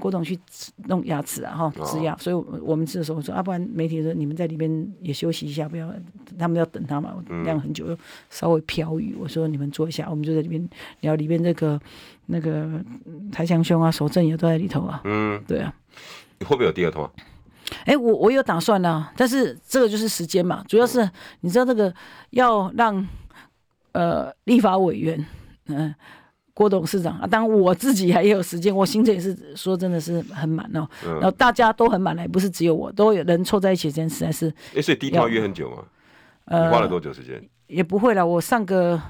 Speaker 2: 郭董去弄牙齿啊哈，植牙，所以我我们吃的时候说啊，不然媒体说你们在里面也休息一下，不要他们要等他嘛，那样很久又稍微飘雨，我说你们坐一下，我们就在里面聊里面这个那个嗯台强兄啊，守正也都在里头啊，
Speaker 1: 嗯，
Speaker 2: 对啊，
Speaker 1: 会不会有第二通啊？
Speaker 2: 哎，我我有打算呢、但是这个就是时间嘛，主要是你知道这个要让呃立法委员，嗯、郭董事长啊，当然我自己还有时间，我行程也是说真的是很满哦，
Speaker 1: 嗯
Speaker 2: 然后大家都很满来，不是只有我，都有人凑在一起，真实在是
Speaker 1: 哎、所以第一套约很久吗？你花了多久时间？
Speaker 2: 也不会了。我上个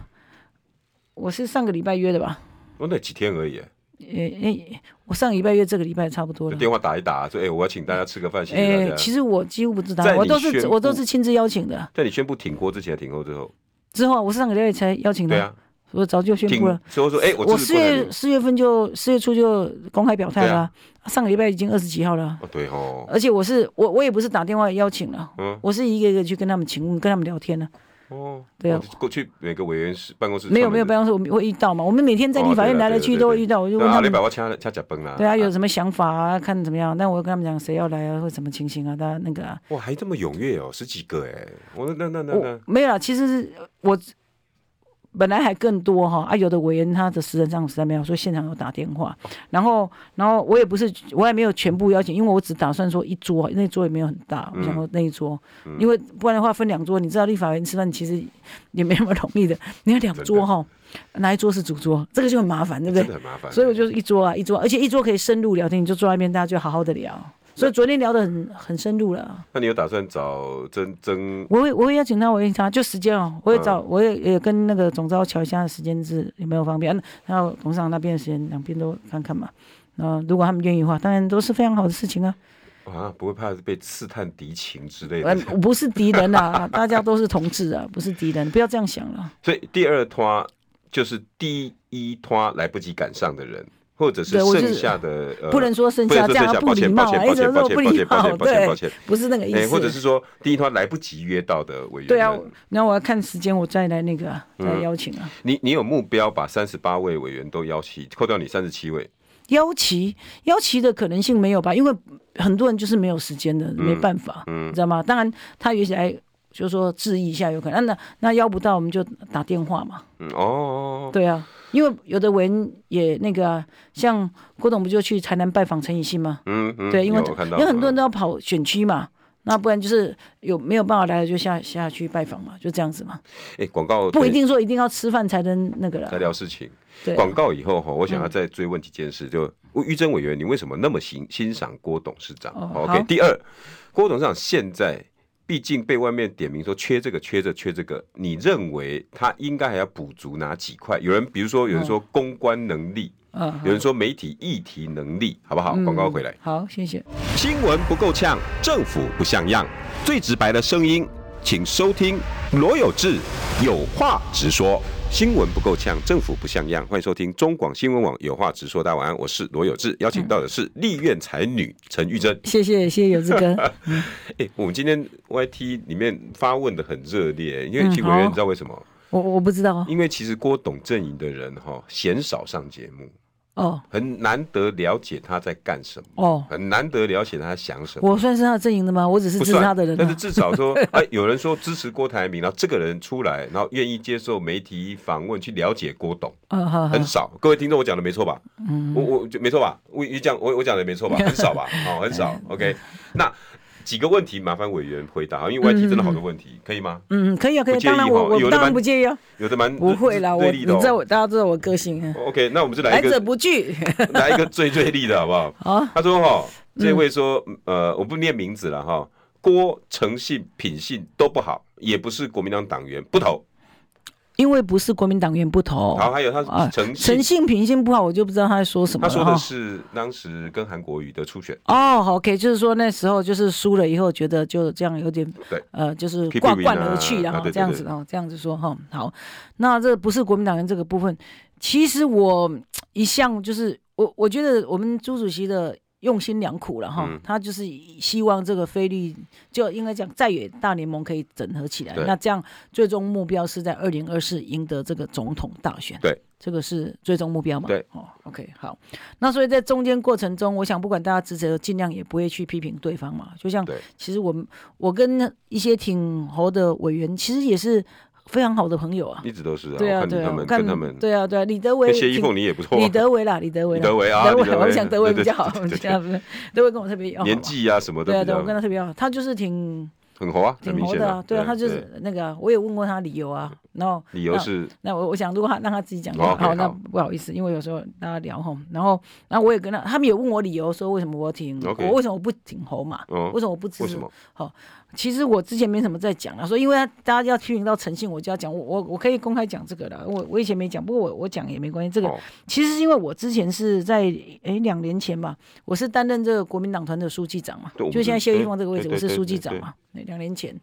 Speaker 2: 我是上个礼拜约的吧，
Speaker 1: 哦，那几天而已，
Speaker 2: 也也我上个礼拜约，这个礼拜差不多
Speaker 1: 就
Speaker 2: 了。
Speaker 1: 电话打一打，说哎、我要请大家吃个饭，谢谢
Speaker 2: 哎、
Speaker 1: 大家。
Speaker 2: 其实我几乎不知道
Speaker 1: 在，你
Speaker 2: 我都
Speaker 1: 宣
Speaker 2: 是
Speaker 1: 布
Speaker 2: 我都是亲自邀请的。
Speaker 1: 在你宣布挺锅之前，挺后之后，
Speaker 2: 之后啊我是上个礼拜才邀请的。
Speaker 1: 对啊，
Speaker 2: 我早就宣
Speaker 1: 挺
Speaker 2: 布了。
Speaker 1: 所以说，哎、我
Speaker 2: 我
Speaker 1: 我是
Speaker 2: 四
Speaker 1: 不能
Speaker 2: 月四月份就四月初就公开表态了啊、上个礼拜已经二十几号了啊，
Speaker 1: 哦，对哦，
Speaker 2: 而且我是我我也不是打电话邀请了，
Speaker 1: 嗯
Speaker 2: 我是一个一个去跟他们请问，跟他们聊天呢、
Speaker 1: 哦，
Speaker 2: 对啊
Speaker 1: 哦过去每个委员室办公室
Speaker 2: 没有没有办
Speaker 1: 公
Speaker 2: 公室我们会遇到嘛，我们每天在
Speaker 1: 哦
Speaker 2: 立法院来来去去都会遇到，我就问
Speaker 1: 阿
Speaker 2: 他
Speaker 1: 里
Speaker 2: 们
Speaker 1: 百，万掐掐脚崩啦，
Speaker 2: 对啊，有什么想法啊，看怎么样？但我跟他们讲谁要来啊，或什么情形啊，大家那个、啊，
Speaker 1: 哇，还这么踊跃哦，十几个哎，我那那那那
Speaker 2: 我
Speaker 1: 那，
Speaker 2: 哦没有啦，其实是我本来还更多哈啊，有的委员他的私人账实在没有，所以现场有打电话，
Speaker 1: 哦
Speaker 2: 然后然后我也不是我也没有全部邀请，因为我只打算说一桌，那桌也没有很大，我
Speaker 1: 嗯
Speaker 2: 想说那一桌，因为不然的话分两桌，你知道立法院吃饭其实也没那么容易的，你要两桌哈，哪一桌是主桌，这个就很麻烦，对不对
Speaker 1: 真的？很麻烦，
Speaker 2: 所以我就是一桌啊一桌，而且一桌可以深入聊天，你就坐在那边，大家就好好的聊。所以昨天聊得很很深入了。
Speaker 1: 那你有打算找曾曾
Speaker 2: 我会我会邀请他，我会请他，就时间哦，我也
Speaker 1: 嗯
Speaker 2: 找，我也也跟那个总招瞧一下时间是有没有方便，嗯然后董事长那边的时间，两边都看看嘛。嗯、如果他们愿意的话，当然都是非常好的事情啊。
Speaker 1: 啊？不会怕被刺探敌情之类
Speaker 2: 呃
Speaker 1: 的？，
Speaker 2: 我不是敌
Speaker 1: <laughs>
Speaker 2: 人啊，大家都是同志啊，不是敌
Speaker 1: 嗯
Speaker 2: 人，不要这样想了。
Speaker 1: 所以第二拖就是第一拖来不及赶上的人，或者是
Speaker 2: 对我就是
Speaker 1: 剩下的呃
Speaker 2: 不能说剩
Speaker 1: 不
Speaker 2: 下
Speaker 1: 能
Speaker 2: 这
Speaker 1: 说剩
Speaker 2: 样
Speaker 1: 下，
Speaker 2: 不
Speaker 1: 抱
Speaker 2: 礼
Speaker 1: 歉
Speaker 2: 貌
Speaker 1: 抱
Speaker 2: 啊，
Speaker 1: 歉
Speaker 2: 一
Speaker 1: 抱
Speaker 2: 直
Speaker 1: 歉
Speaker 2: 都
Speaker 1: 抱
Speaker 2: 不
Speaker 1: 歉抱
Speaker 2: 礼
Speaker 1: 歉抱
Speaker 2: 貌，
Speaker 1: 歉抱歉抱
Speaker 2: 对
Speaker 1: 歉，，
Speaker 2: 不是那个意
Speaker 1: 哎，
Speaker 2: 思。
Speaker 1: 或者是说第一拖来不及约到的委员，
Speaker 2: 对啊，那我要看时间，我再来那个啊再
Speaker 1: 嗯
Speaker 2: 邀请啊。
Speaker 1: 你你有目标把三十八位委员都邀请，扣掉你三十七位，
Speaker 2: 邀旗，邀旗的可能性没有吧？因为很多人就是没有时间的，没办法，
Speaker 1: 嗯
Speaker 2: 你知道吗？当然，他也许来就是说质疑一下有可能，那那那邀不到，我们就打电话嘛。
Speaker 1: 嗯哦，
Speaker 2: 对啊，因为有的委员也那个、啊，像郭董不就去台南拜访陈以信吗？
Speaker 1: 嗯嗯，
Speaker 2: 对，因为
Speaker 1: 有我看到
Speaker 2: 因为很多人
Speaker 1: 嗯
Speaker 2: 都要跑选区嘛，那不然就是有没有办法来了就下下去拜访嘛，就这样子嘛，
Speaker 1: 哎广告
Speaker 2: 不一定说一定要吃饭才能那个
Speaker 1: 在
Speaker 2: 了。
Speaker 1: 聊事情。
Speaker 2: 对啊，嗯
Speaker 1: 广告以后哈，我想要再追问几件事，就于正委员，你为什么那么欣欣赏郭董事长、
Speaker 2: 哦
Speaker 1: o
Speaker 2: 好
Speaker 1: k 第二，郭董事长现在毕竟被外面点名说缺这个、缺这、缺这个，你认为他应该还要补足哪几块？有人比如说，有人说公关能力，
Speaker 2: 嗯，
Speaker 1: 有人说媒体议题能力，好不好？广告回来。
Speaker 2: 好，谢谢。
Speaker 1: 新闻不够呛，政府不像样，最直白的声音，请收听罗有志有话直说。新闻不够呛，政府不像样，欢迎收听中广新闻网有话直说。大家晚安，我是罗有志，邀请到的是立院才女陈玉珍。
Speaker 2: 谢谢，谢谢有志哥。
Speaker 1: <laughs> 哎、我们今天 YT 里面发问的很热烈，因为
Speaker 2: 嗯
Speaker 1: 其实委员
Speaker 2: 好
Speaker 1: 你知道为什么？
Speaker 2: 我我不知道哦
Speaker 1: 因为其实郭董阵营的人哈鲜少上节目，
Speaker 2: 哦
Speaker 1: 很难得了解他在干什么，
Speaker 2: 哦，
Speaker 1: 很难得了解他在想什么。
Speaker 2: 我算是他的阵营的吗？我只是
Speaker 1: 不
Speaker 2: 支
Speaker 1: 算
Speaker 2: 持他的人、
Speaker 1: 但是
Speaker 2: 啊。
Speaker 1: 至少
Speaker 2: <laughs>
Speaker 1: 说，哎、有人说支持郭台铭，然后这个人出来，然后愿意接受媒体访问去了解郭董，
Speaker 2: 嗯，好好
Speaker 1: 很，少。各位听众，我讲的没错吧？嗯，我我就没错吧？我你讲我我讲的没错吧？很少吧？哦，很
Speaker 2: <laughs>
Speaker 1: 少。OK，那几个问题麻烦委员回答，因为 YT 真的好多问题，可以吗？
Speaker 2: 嗯，可以啊，可以啊
Speaker 1: 不。介意
Speaker 2: 当然
Speaker 1: 哈
Speaker 2: 我
Speaker 1: 有的
Speaker 2: 我当然
Speaker 1: 蛮
Speaker 2: 不介意啊，
Speaker 1: 有的蛮
Speaker 2: 不会啦，
Speaker 1: 对
Speaker 2: 我
Speaker 1: 立
Speaker 2: 你
Speaker 1: 的哦
Speaker 2: 知道我大家知道我个性啊，
Speaker 1: OK，那我们就来
Speaker 2: 来
Speaker 1: 一
Speaker 2: 者
Speaker 1: 个 <laughs>
Speaker 2: 不拒。
Speaker 1: 来一个最最立的好不好？
Speaker 2: 好，啊嗯
Speaker 1: 他说哈，这位说，呃，我不念名字了哈。郭诚信品性都不好，也不是国民党党员，不投。
Speaker 2: 因为不是国民党员不投
Speaker 1: 然后还有他
Speaker 2: 啊，
Speaker 1: 诚信，
Speaker 2: 诚信品性不好，我就不知道他在说什么
Speaker 1: 他
Speaker 2: 了
Speaker 1: 说的
Speaker 2: 哈。
Speaker 1: 是当时跟韩国瑜的初选，
Speaker 2: 哦、好 o k 就是说那时候就是输了以后，觉得就这样有点
Speaker 1: 对，
Speaker 2: 呃，就是
Speaker 1: 批评
Speaker 2: 挂
Speaker 1: 民
Speaker 2: 冠
Speaker 1: 啊
Speaker 2: 而去，然
Speaker 1: 啊
Speaker 2: 后
Speaker 1: 对对
Speaker 2: 这样
Speaker 1: 对
Speaker 2: 子哦，这样子说哈。好，那这不是国民党员这个部分，其实我嗯一向就是我，我觉得我们朱主席的用心良苦了哈，
Speaker 1: 嗯
Speaker 2: 他就是希望这个菲律就应该讲在野大联盟可以整合起来
Speaker 1: 对，
Speaker 2: 那这样最终目标是在二零二四赢得这个总统大选。
Speaker 1: 对。
Speaker 2: 这个是最终目标嘛？
Speaker 1: 对，
Speaker 2: 哦，OK，好。那所以在中间过程中，我想不管大家支持，尽量也不会去批评对方嘛。就像
Speaker 1: 对
Speaker 2: 其实我们我跟一些挺猴的委员，其实也是非常好的朋友啊。
Speaker 1: 一直都是啊，
Speaker 2: 对
Speaker 1: 我
Speaker 2: 啊，
Speaker 1: 看
Speaker 2: 对
Speaker 1: 他
Speaker 2: 啊，
Speaker 1: 们
Speaker 2: 我
Speaker 1: 跟他们，
Speaker 2: 对啊，对啊，李德
Speaker 1: 跟
Speaker 2: 维
Speaker 1: 谢依
Speaker 2: 挺
Speaker 1: 凤你也不错啊，
Speaker 2: <laughs> 李德维啦，李德维啦，
Speaker 1: 李德维啊
Speaker 2: 德
Speaker 1: 李德
Speaker 2: 维，
Speaker 1: 维
Speaker 2: 我讲德维
Speaker 1: 对对
Speaker 2: 比较好，
Speaker 1: <laughs> 对
Speaker 2: <laughs>
Speaker 1: 对
Speaker 2: 我们讲德维跟我特别要好嘛
Speaker 1: 年纪啊什么
Speaker 2: 对
Speaker 1: 的
Speaker 2: 啊，
Speaker 1: 比
Speaker 2: 对，
Speaker 1: 较
Speaker 2: 我跟他特别好，他就是挺
Speaker 1: 很红啊，很
Speaker 2: 挺
Speaker 1: 明
Speaker 2: 猴
Speaker 1: 显
Speaker 2: 的啊，对啊，他就
Speaker 1: 对
Speaker 2: 是那个啊，我也问过他理由啊，然后
Speaker 1: 理由是
Speaker 2: 那我我想，如果他让他自己讲，
Speaker 1: 哦
Speaker 2: 好，
Speaker 1: OK，
Speaker 2: 那
Speaker 1: 好
Speaker 2: 不好意思，因为有时候大家聊吼，然后，然后我也跟他，他们也问我理由，说为什么我挺
Speaker 1: OK
Speaker 2: 我为什么不挺侯嘛，
Speaker 1: 哦
Speaker 2: 为什么我不支
Speaker 1: 为
Speaker 2: 持
Speaker 1: 什？么？
Speaker 2: 其实我之前没什么在讲啊，说因为他大家要批评到诚信，我就要讲，我我我可以公开讲这个了，我我以前没讲，不过我我讲也没关系，这个
Speaker 1: 哦
Speaker 2: 其实是因为我之前是在诶两年前吧，我是担任这个国民党团的书记长嘛
Speaker 1: 对我，们
Speaker 2: 就现在
Speaker 1: 是
Speaker 2: 谢玉凤这个位置，
Speaker 1: 对对
Speaker 2: 我是
Speaker 1: 对
Speaker 2: 书记
Speaker 1: 对
Speaker 2: 长
Speaker 1: 对
Speaker 2: 嘛，对两两年前，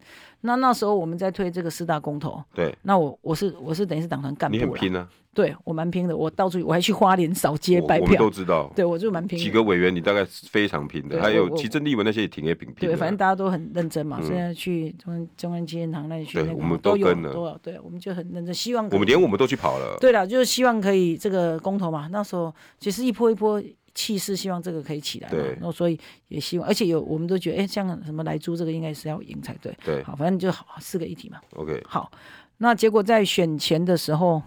Speaker 2: 那那时候我们在推这个四大公投，
Speaker 1: 对，
Speaker 2: 那我我是我是等于是党团干部
Speaker 1: 你
Speaker 2: 啦
Speaker 1: 很拼啊，
Speaker 2: 对我蛮拼的，我到处我还去花莲扫街
Speaker 1: 我
Speaker 2: 拜
Speaker 1: 我们
Speaker 2: 票
Speaker 1: 都，知道，
Speaker 2: 对我就蛮拼的
Speaker 1: 几个委员你大概是非常拼的，
Speaker 2: 对
Speaker 1: 还
Speaker 2: 我
Speaker 1: 有
Speaker 2: 我
Speaker 1: 其政立文那些也挺也挺拼
Speaker 2: 对，
Speaker 1: 的，
Speaker 2: 反正大家都很认真嘛。现在去中央中央纪念堂那里
Speaker 1: 嗯
Speaker 2: 去
Speaker 1: 对
Speaker 2: 那个
Speaker 1: 我们
Speaker 2: 都
Speaker 1: 都
Speaker 2: 有
Speaker 1: 跟了
Speaker 2: 都有，对，我们就很认真，希望可
Speaker 1: 我
Speaker 2: 以
Speaker 1: 们连我们都去跑了，
Speaker 2: 对了，就是希望可以这个公投嘛。那时候其实一波一波气势，希望这个可以起来嘛。
Speaker 1: 对
Speaker 2: 然后所以也希望，而且有我们都觉得，哎，像什么莱猪这个应该是要赢才对。
Speaker 1: 对
Speaker 2: 好，反正就好四个一体嘛。
Speaker 1: ，OK，
Speaker 2: 好，那结果在选前的时候，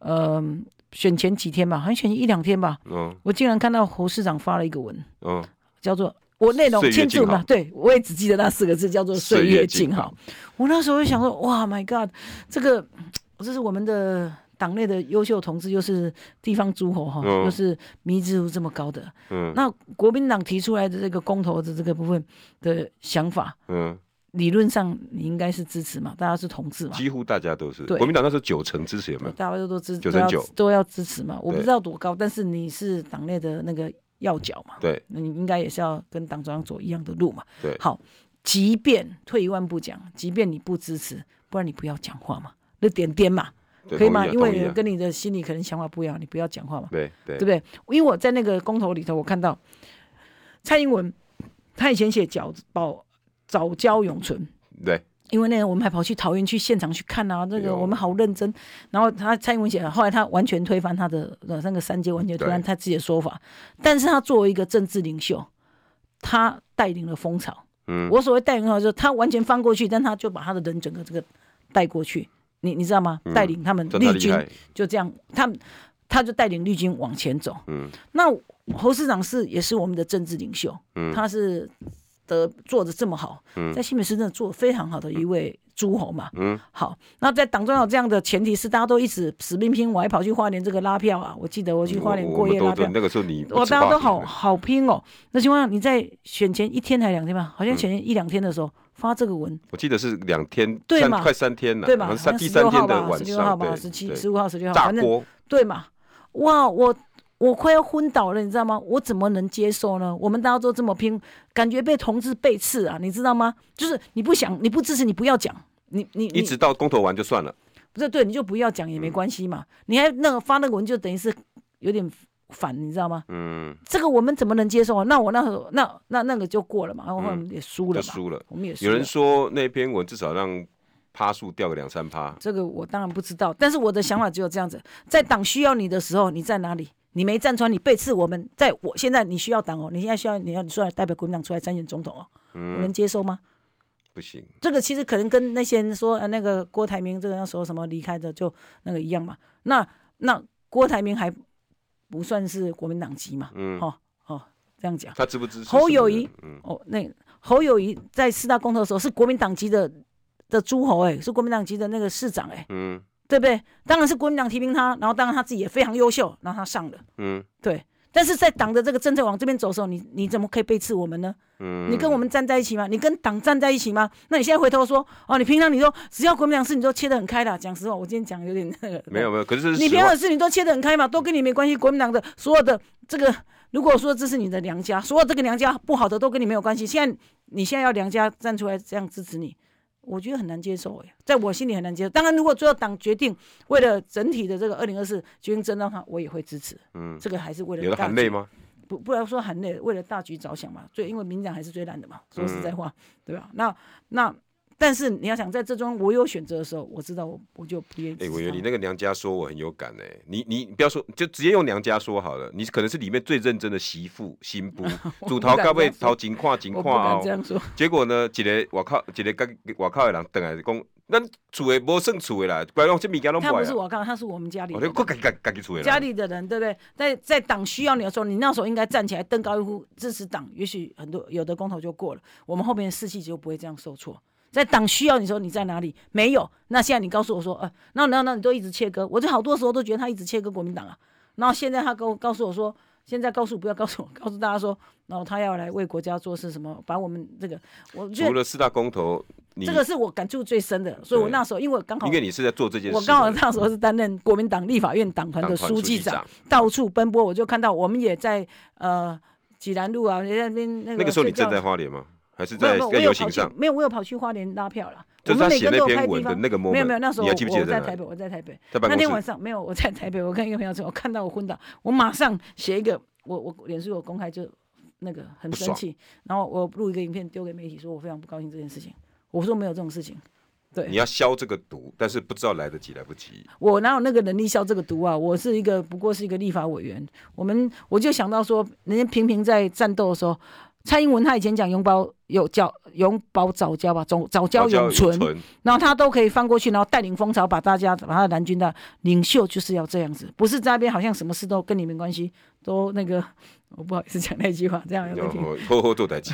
Speaker 2: 嗯、选前几天吧，好像选前一两天吧，
Speaker 1: 嗯
Speaker 2: 我竟然看到侯市长发了一个文，
Speaker 1: 嗯，
Speaker 2: 叫做我内容
Speaker 1: 岁月
Speaker 2: 庆
Speaker 1: 静
Speaker 2: 祝嘛
Speaker 1: 好，
Speaker 2: 对我也只记得那四个字叫做“岁
Speaker 1: 岁月
Speaker 2: 月
Speaker 1: 静
Speaker 2: 静好”。我那时候就想说，哇，My God，这个这是我们的党内的优秀同志，又是地方诸侯哈，
Speaker 1: 嗯
Speaker 2: 又是迷之度这么高的。
Speaker 1: 嗯
Speaker 2: 那国民党提出来的这个公投的这个部分的想法，
Speaker 1: 嗯，
Speaker 2: 理论上你应该是支持嘛，大家是同志嘛，
Speaker 1: 几乎大家都是，
Speaker 2: 对
Speaker 1: 国民党那时候九成支持有没有？
Speaker 2: 大家都支
Speaker 1: 九
Speaker 2: 都
Speaker 1: 成
Speaker 2: 要
Speaker 1: 九
Speaker 2: 都要支持嘛。我不
Speaker 1: 对
Speaker 2: 知道多高，但是你是党内的那个要角嘛，
Speaker 1: 对
Speaker 2: 那你应该也是要跟党中央走一样的路嘛。
Speaker 1: 对
Speaker 2: 好，即便退一万步讲，即便你不支持，不然你不要讲话嘛，那点点嘛，
Speaker 1: 对，
Speaker 2: 可以
Speaker 1: 同
Speaker 2: 吗？
Speaker 1: 意啊
Speaker 2: 因
Speaker 1: 同意
Speaker 2: 为
Speaker 1: 啊
Speaker 2: 跟你的心里可能想法不一样，你不要讲话嘛，
Speaker 1: 对对
Speaker 2: 对不对？因为我在那个公投里头，我看到蔡英文，他以前写早保早教永存。
Speaker 1: 对，
Speaker 2: 因为那个我们还跑去桃园去现场去看啊，那
Speaker 1: 哎呦
Speaker 2: 个我们好认真。然后他蔡英文写的，后来他完全推翻他的呃那个三阶，完全推翻
Speaker 1: 对
Speaker 2: 他自己的说法。但是他作为一个政治领袖，他带领了风潮。
Speaker 1: 嗯
Speaker 2: 我所谓带领风潮，就是他完全翻过去，但他就把他的人整个这个带过去。你你知道吗？带领他们
Speaker 1: 真的
Speaker 2: 绿
Speaker 1: 嗯厉
Speaker 2: 军
Speaker 1: 害，
Speaker 2: 就这样，他们他就带领绿军往前走。
Speaker 1: 嗯
Speaker 2: 那侯市长是也是我们的政治领袖，
Speaker 1: 嗯
Speaker 2: 他是得做的这么好，
Speaker 1: 嗯
Speaker 2: 在新北市真的做得非常好的一位诸侯嘛。
Speaker 1: 嗯，
Speaker 2: 好，那在党中央有这样的前提是，大家都一直死命拼，我还跑去花莲这个拉票啊，我记得我去花莲
Speaker 1: 我
Speaker 2: 过夜
Speaker 1: 我们
Speaker 2: 拉
Speaker 1: 都
Speaker 2: 票
Speaker 1: 都。嗯那个时候你不
Speaker 2: 我
Speaker 1: 吃
Speaker 2: 大家
Speaker 1: 话
Speaker 2: 都
Speaker 1: 题
Speaker 2: 好
Speaker 1: 了
Speaker 2: 好拼哦，那情况下你在选前一天还两天吧，
Speaker 1: 嗯
Speaker 2: 好像选前一两天的时候发这个文，
Speaker 1: 我记得是两天，
Speaker 2: 对
Speaker 1: 三
Speaker 2: 嘛
Speaker 1: 快三天了，
Speaker 2: 对吧？
Speaker 1: 好
Speaker 2: 好
Speaker 1: 像三
Speaker 2: 像
Speaker 1: 第
Speaker 2: 十
Speaker 1: 三
Speaker 2: 六
Speaker 1: 天
Speaker 2: 号
Speaker 1: 的
Speaker 2: 吧，
Speaker 1: 晚
Speaker 2: 十六号
Speaker 1: 上，
Speaker 2: 吧，
Speaker 1: 对，
Speaker 2: 十七、
Speaker 1: 对
Speaker 2: 十五号、十六号，
Speaker 1: 炸
Speaker 2: 反正
Speaker 1: 锅，
Speaker 2: 对嘛？哇，我我快要昏倒了，你知道吗？我怎么能接受呢？我们大家都这么拼，感觉被同志背刺啊，你知道吗？就是你不想，你不支持，你不要讲，你你
Speaker 1: 一
Speaker 2: 你
Speaker 1: 直嗯到公投完就算了，
Speaker 2: 不是对，你就不要讲也没关系嘛。你还那个发那个文，就等于是有点反，你知道吗？
Speaker 1: 嗯，
Speaker 2: 这个我们怎么能接受啊？那我那时候那那那个就过了嘛，然后我们也输
Speaker 1: 就
Speaker 2: 了嘛，
Speaker 1: 输了。
Speaker 2: 我们也输
Speaker 1: 有
Speaker 2: 了。
Speaker 1: 人说那篇文至少让趴数掉个两三趴，
Speaker 2: 这个我当然不知道，但是我的想法只有这样子：在党需要你的时候，你在哪里？你没站出来，你背刺我们。在我现在你需要党哦，你现在需要你要你出来代表国民党出来参选总统哦，
Speaker 1: 嗯
Speaker 2: 我能接受吗？
Speaker 1: 不行，
Speaker 2: 这个其实可能跟那些人说呃那个郭台铭这个那时候什么离开的就那个一样嘛。那那郭台铭还不算是国民党籍嘛？
Speaker 1: 嗯
Speaker 2: 哦哦，这样讲。
Speaker 1: <laughs> 他支不支持？
Speaker 2: 侯友谊，
Speaker 1: 嗯，
Speaker 2: 哦，那侯友谊在四大公投的时候是国民党籍的的诸侯哎、是国民党籍的那个市长哎、
Speaker 1: 嗯
Speaker 2: 对不对？当然是国民党提名他，然后当然他自己也非常优秀，然后他上了，
Speaker 1: 嗯
Speaker 2: 对。但是在党的这个政策往这边走的时候，你你怎么可以背刺我们呢？
Speaker 1: 嗯，
Speaker 2: 你跟我们站在一起吗？你跟党站在一起吗？那你现在回头说，哦，你平常你都只要国民党事，你都切得很开的。讲实话，我今天讲有点那个，
Speaker 1: 没有没有，可是这是
Speaker 2: 你
Speaker 1: 实
Speaker 2: 平
Speaker 1: 话
Speaker 2: 常的事你都切得很开嘛，都跟你没关系。国民党的所有的这个，如果说这是你的娘家，所有这个娘家不好的都跟你没有关系。现在你现在要娘家站出来这样支持你，我觉得很难接受哎、在我心里很难接受。当然，如果最后党决定为了整体的这个二零二四决定争让他，我也会支持。
Speaker 1: 嗯，
Speaker 2: 这个还是为
Speaker 1: 有
Speaker 2: 了
Speaker 1: 人
Speaker 2: 大
Speaker 1: 含泪
Speaker 2: 局？
Speaker 1: 吗？
Speaker 2: 不，不要说含泪，为了大局着想嘛。最因为民进党还是最烂的嘛，说实在话，
Speaker 1: 嗯
Speaker 2: 对吧？那那。但是你要想，在这中我有选择的时候，我知道我我就不愿意支
Speaker 1: 哎，
Speaker 2: 持他
Speaker 1: 我
Speaker 2: 们。
Speaker 1: 觉得你那个娘家说我很有感哎，你你你不要说，就直接用娘家说好了，你可能是里面最认真的媳妇 <laughs> 新
Speaker 2: <laughs>
Speaker 1: 妇，主桃高位桃金跨金
Speaker 2: 我不敢
Speaker 1: 跨
Speaker 2: 这
Speaker 1: 哦。
Speaker 2: 样说。
Speaker 1: 结果呢，一个外口一个甲外口的人等来就讲，咱厝的无算厝的啦，不要用这物件拢
Speaker 2: 他
Speaker 1: 买
Speaker 2: 不是
Speaker 1: 啊。
Speaker 2: 我刚，他是我们家里
Speaker 1: 我
Speaker 2: 的
Speaker 1: 就
Speaker 2: 人啊
Speaker 1: 各家家家己厝的人。
Speaker 2: 家里的人，对不对？在在党需要你的时候，你那时候应该站起来，登高一呼支持党，也许很多有的公投就过了，我们后面的士气就不会这样受挫。在党需要你的时候，你在哪里？没有。那现在你告诉我说，呃，那那那你都一直切割，我就好多时候都觉得他一直切割国民党啊。然后现在他跟我告诉我说，现在告诉不要告诉我，告诉大家说，然后他要来为国家做事什么，把我们这个，我觉
Speaker 1: 除
Speaker 2: 得
Speaker 1: 了四大公投，你
Speaker 2: 这个是我感触最深的。所以我
Speaker 1: 对
Speaker 2: 那时候，因为我刚好
Speaker 1: 因为你是在做这件事，
Speaker 2: 我刚好那时候是担任国民党立法院党团的书记
Speaker 1: 党
Speaker 2: 长
Speaker 1: 团书，
Speaker 2: 到处奔波，我就看到我们也在呃济南路啊，也在那边那个
Speaker 1: 那个时候你
Speaker 2: 睡觉
Speaker 1: 正在花莲吗？还是
Speaker 2: 没
Speaker 1: 在
Speaker 2: 有没有，我
Speaker 1: 在
Speaker 2: 有
Speaker 1: 游
Speaker 2: 跑
Speaker 1: 行
Speaker 2: 去
Speaker 1: 上，？
Speaker 2: 没有，我有跑去花莲拉票了。
Speaker 1: 就
Speaker 2: 我
Speaker 1: 是
Speaker 2: 们
Speaker 1: 他
Speaker 2: 每
Speaker 1: 写
Speaker 2: 个
Speaker 1: 那
Speaker 2: 都有
Speaker 1: 篇
Speaker 2: 开
Speaker 1: 文
Speaker 2: 地
Speaker 1: 的
Speaker 2: 方。
Speaker 1: 那个 moment，
Speaker 2: 没有没有，那时候
Speaker 1: 你
Speaker 2: 我
Speaker 1: 还记不记得
Speaker 2: 我在
Speaker 1: 哪里
Speaker 2: 台北，我在台北。
Speaker 1: 在办
Speaker 2: 那
Speaker 1: 公
Speaker 2: 天
Speaker 1: 室
Speaker 2: 晚上没有，我在台北，我跟一个朋友说，我看到我昏倒，我马上写一个，我我脸书有公开就那个很
Speaker 1: 不
Speaker 2: 生
Speaker 1: 爽
Speaker 2: 气，然后我录一个影片丢给媒体，说我非常不高兴这件事情。我说没有这种事情，
Speaker 1: 你要消这个毒，但是不知道来得及来不及。
Speaker 2: 我哪有那个能力消这个毒啊？我是一个不过是一个立法委员，我们我就想到说，人家平平在战斗的时候，蔡英文他以前讲永保有教永保早教吧，总早教永存，
Speaker 1: 存，
Speaker 2: 然后他都可以翻过去，然后带领风潮，把大家把他的蓝军的领袖就是要这样子，不是在那边好像什么事都跟你没关系，都那个我不好意思讲那句话，这样要被
Speaker 1: 然
Speaker 2: 听。
Speaker 1: <laughs> 后后哦后做代级，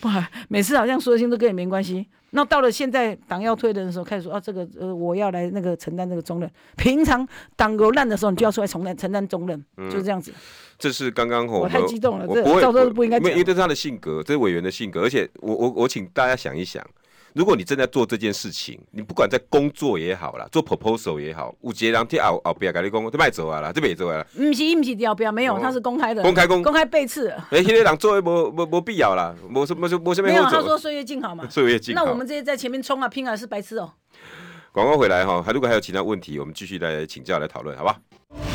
Speaker 2: 不好，每次好像说的心都跟你没关系。那到了现在党要推人的时候，开始说啊，这个呃，我要来那个承担这个重任。平常党有烂的时候，你就要出来承担承担重任，
Speaker 1: 嗯
Speaker 2: 就是这样子。
Speaker 1: 这是刚刚我
Speaker 2: 我
Speaker 1: 们
Speaker 2: 太激动了
Speaker 1: 我
Speaker 2: 这
Speaker 1: 不会，
Speaker 2: 照说
Speaker 1: 我
Speaker 2: 是不应该
Speaker 1: 没有
Speaker 2: 讲
Speaker 1: 因为这是他的性格，这是委员的性格，而且我我我请大家想一想，如果你正在做这件事情，你不管在工作也好啦，做 proposal 也好，有杰人听后后边跟你讲，这卖走啊啦，这边也走啊啦，
Speaker 2: 唔是唔是调标，没有，
Speaker 1: 哦
Speaker 2: 他是公开的，
Speaker 1: 公开公
Speaker 2: 公开背刺。
Speaker 1: 哎、那些人做的没没没必要啦，没什没什没什么
Speaker 2: 没有，
Speaker 1: 好
Speaker 2: 他
Speaker 1: 走
Speaker 2: 说。岁月静好嘛。
Speaker 1: <laughs> 岁月静好
Speaker 2: 那我们这些在前面冲啊拼啊是白
Speaker 1: <laughs>
Speaker 2: 痴哦。
Speaker 1: 广告回来哈，还如果还有其他问题，我们继续来请教来讨论，好吧？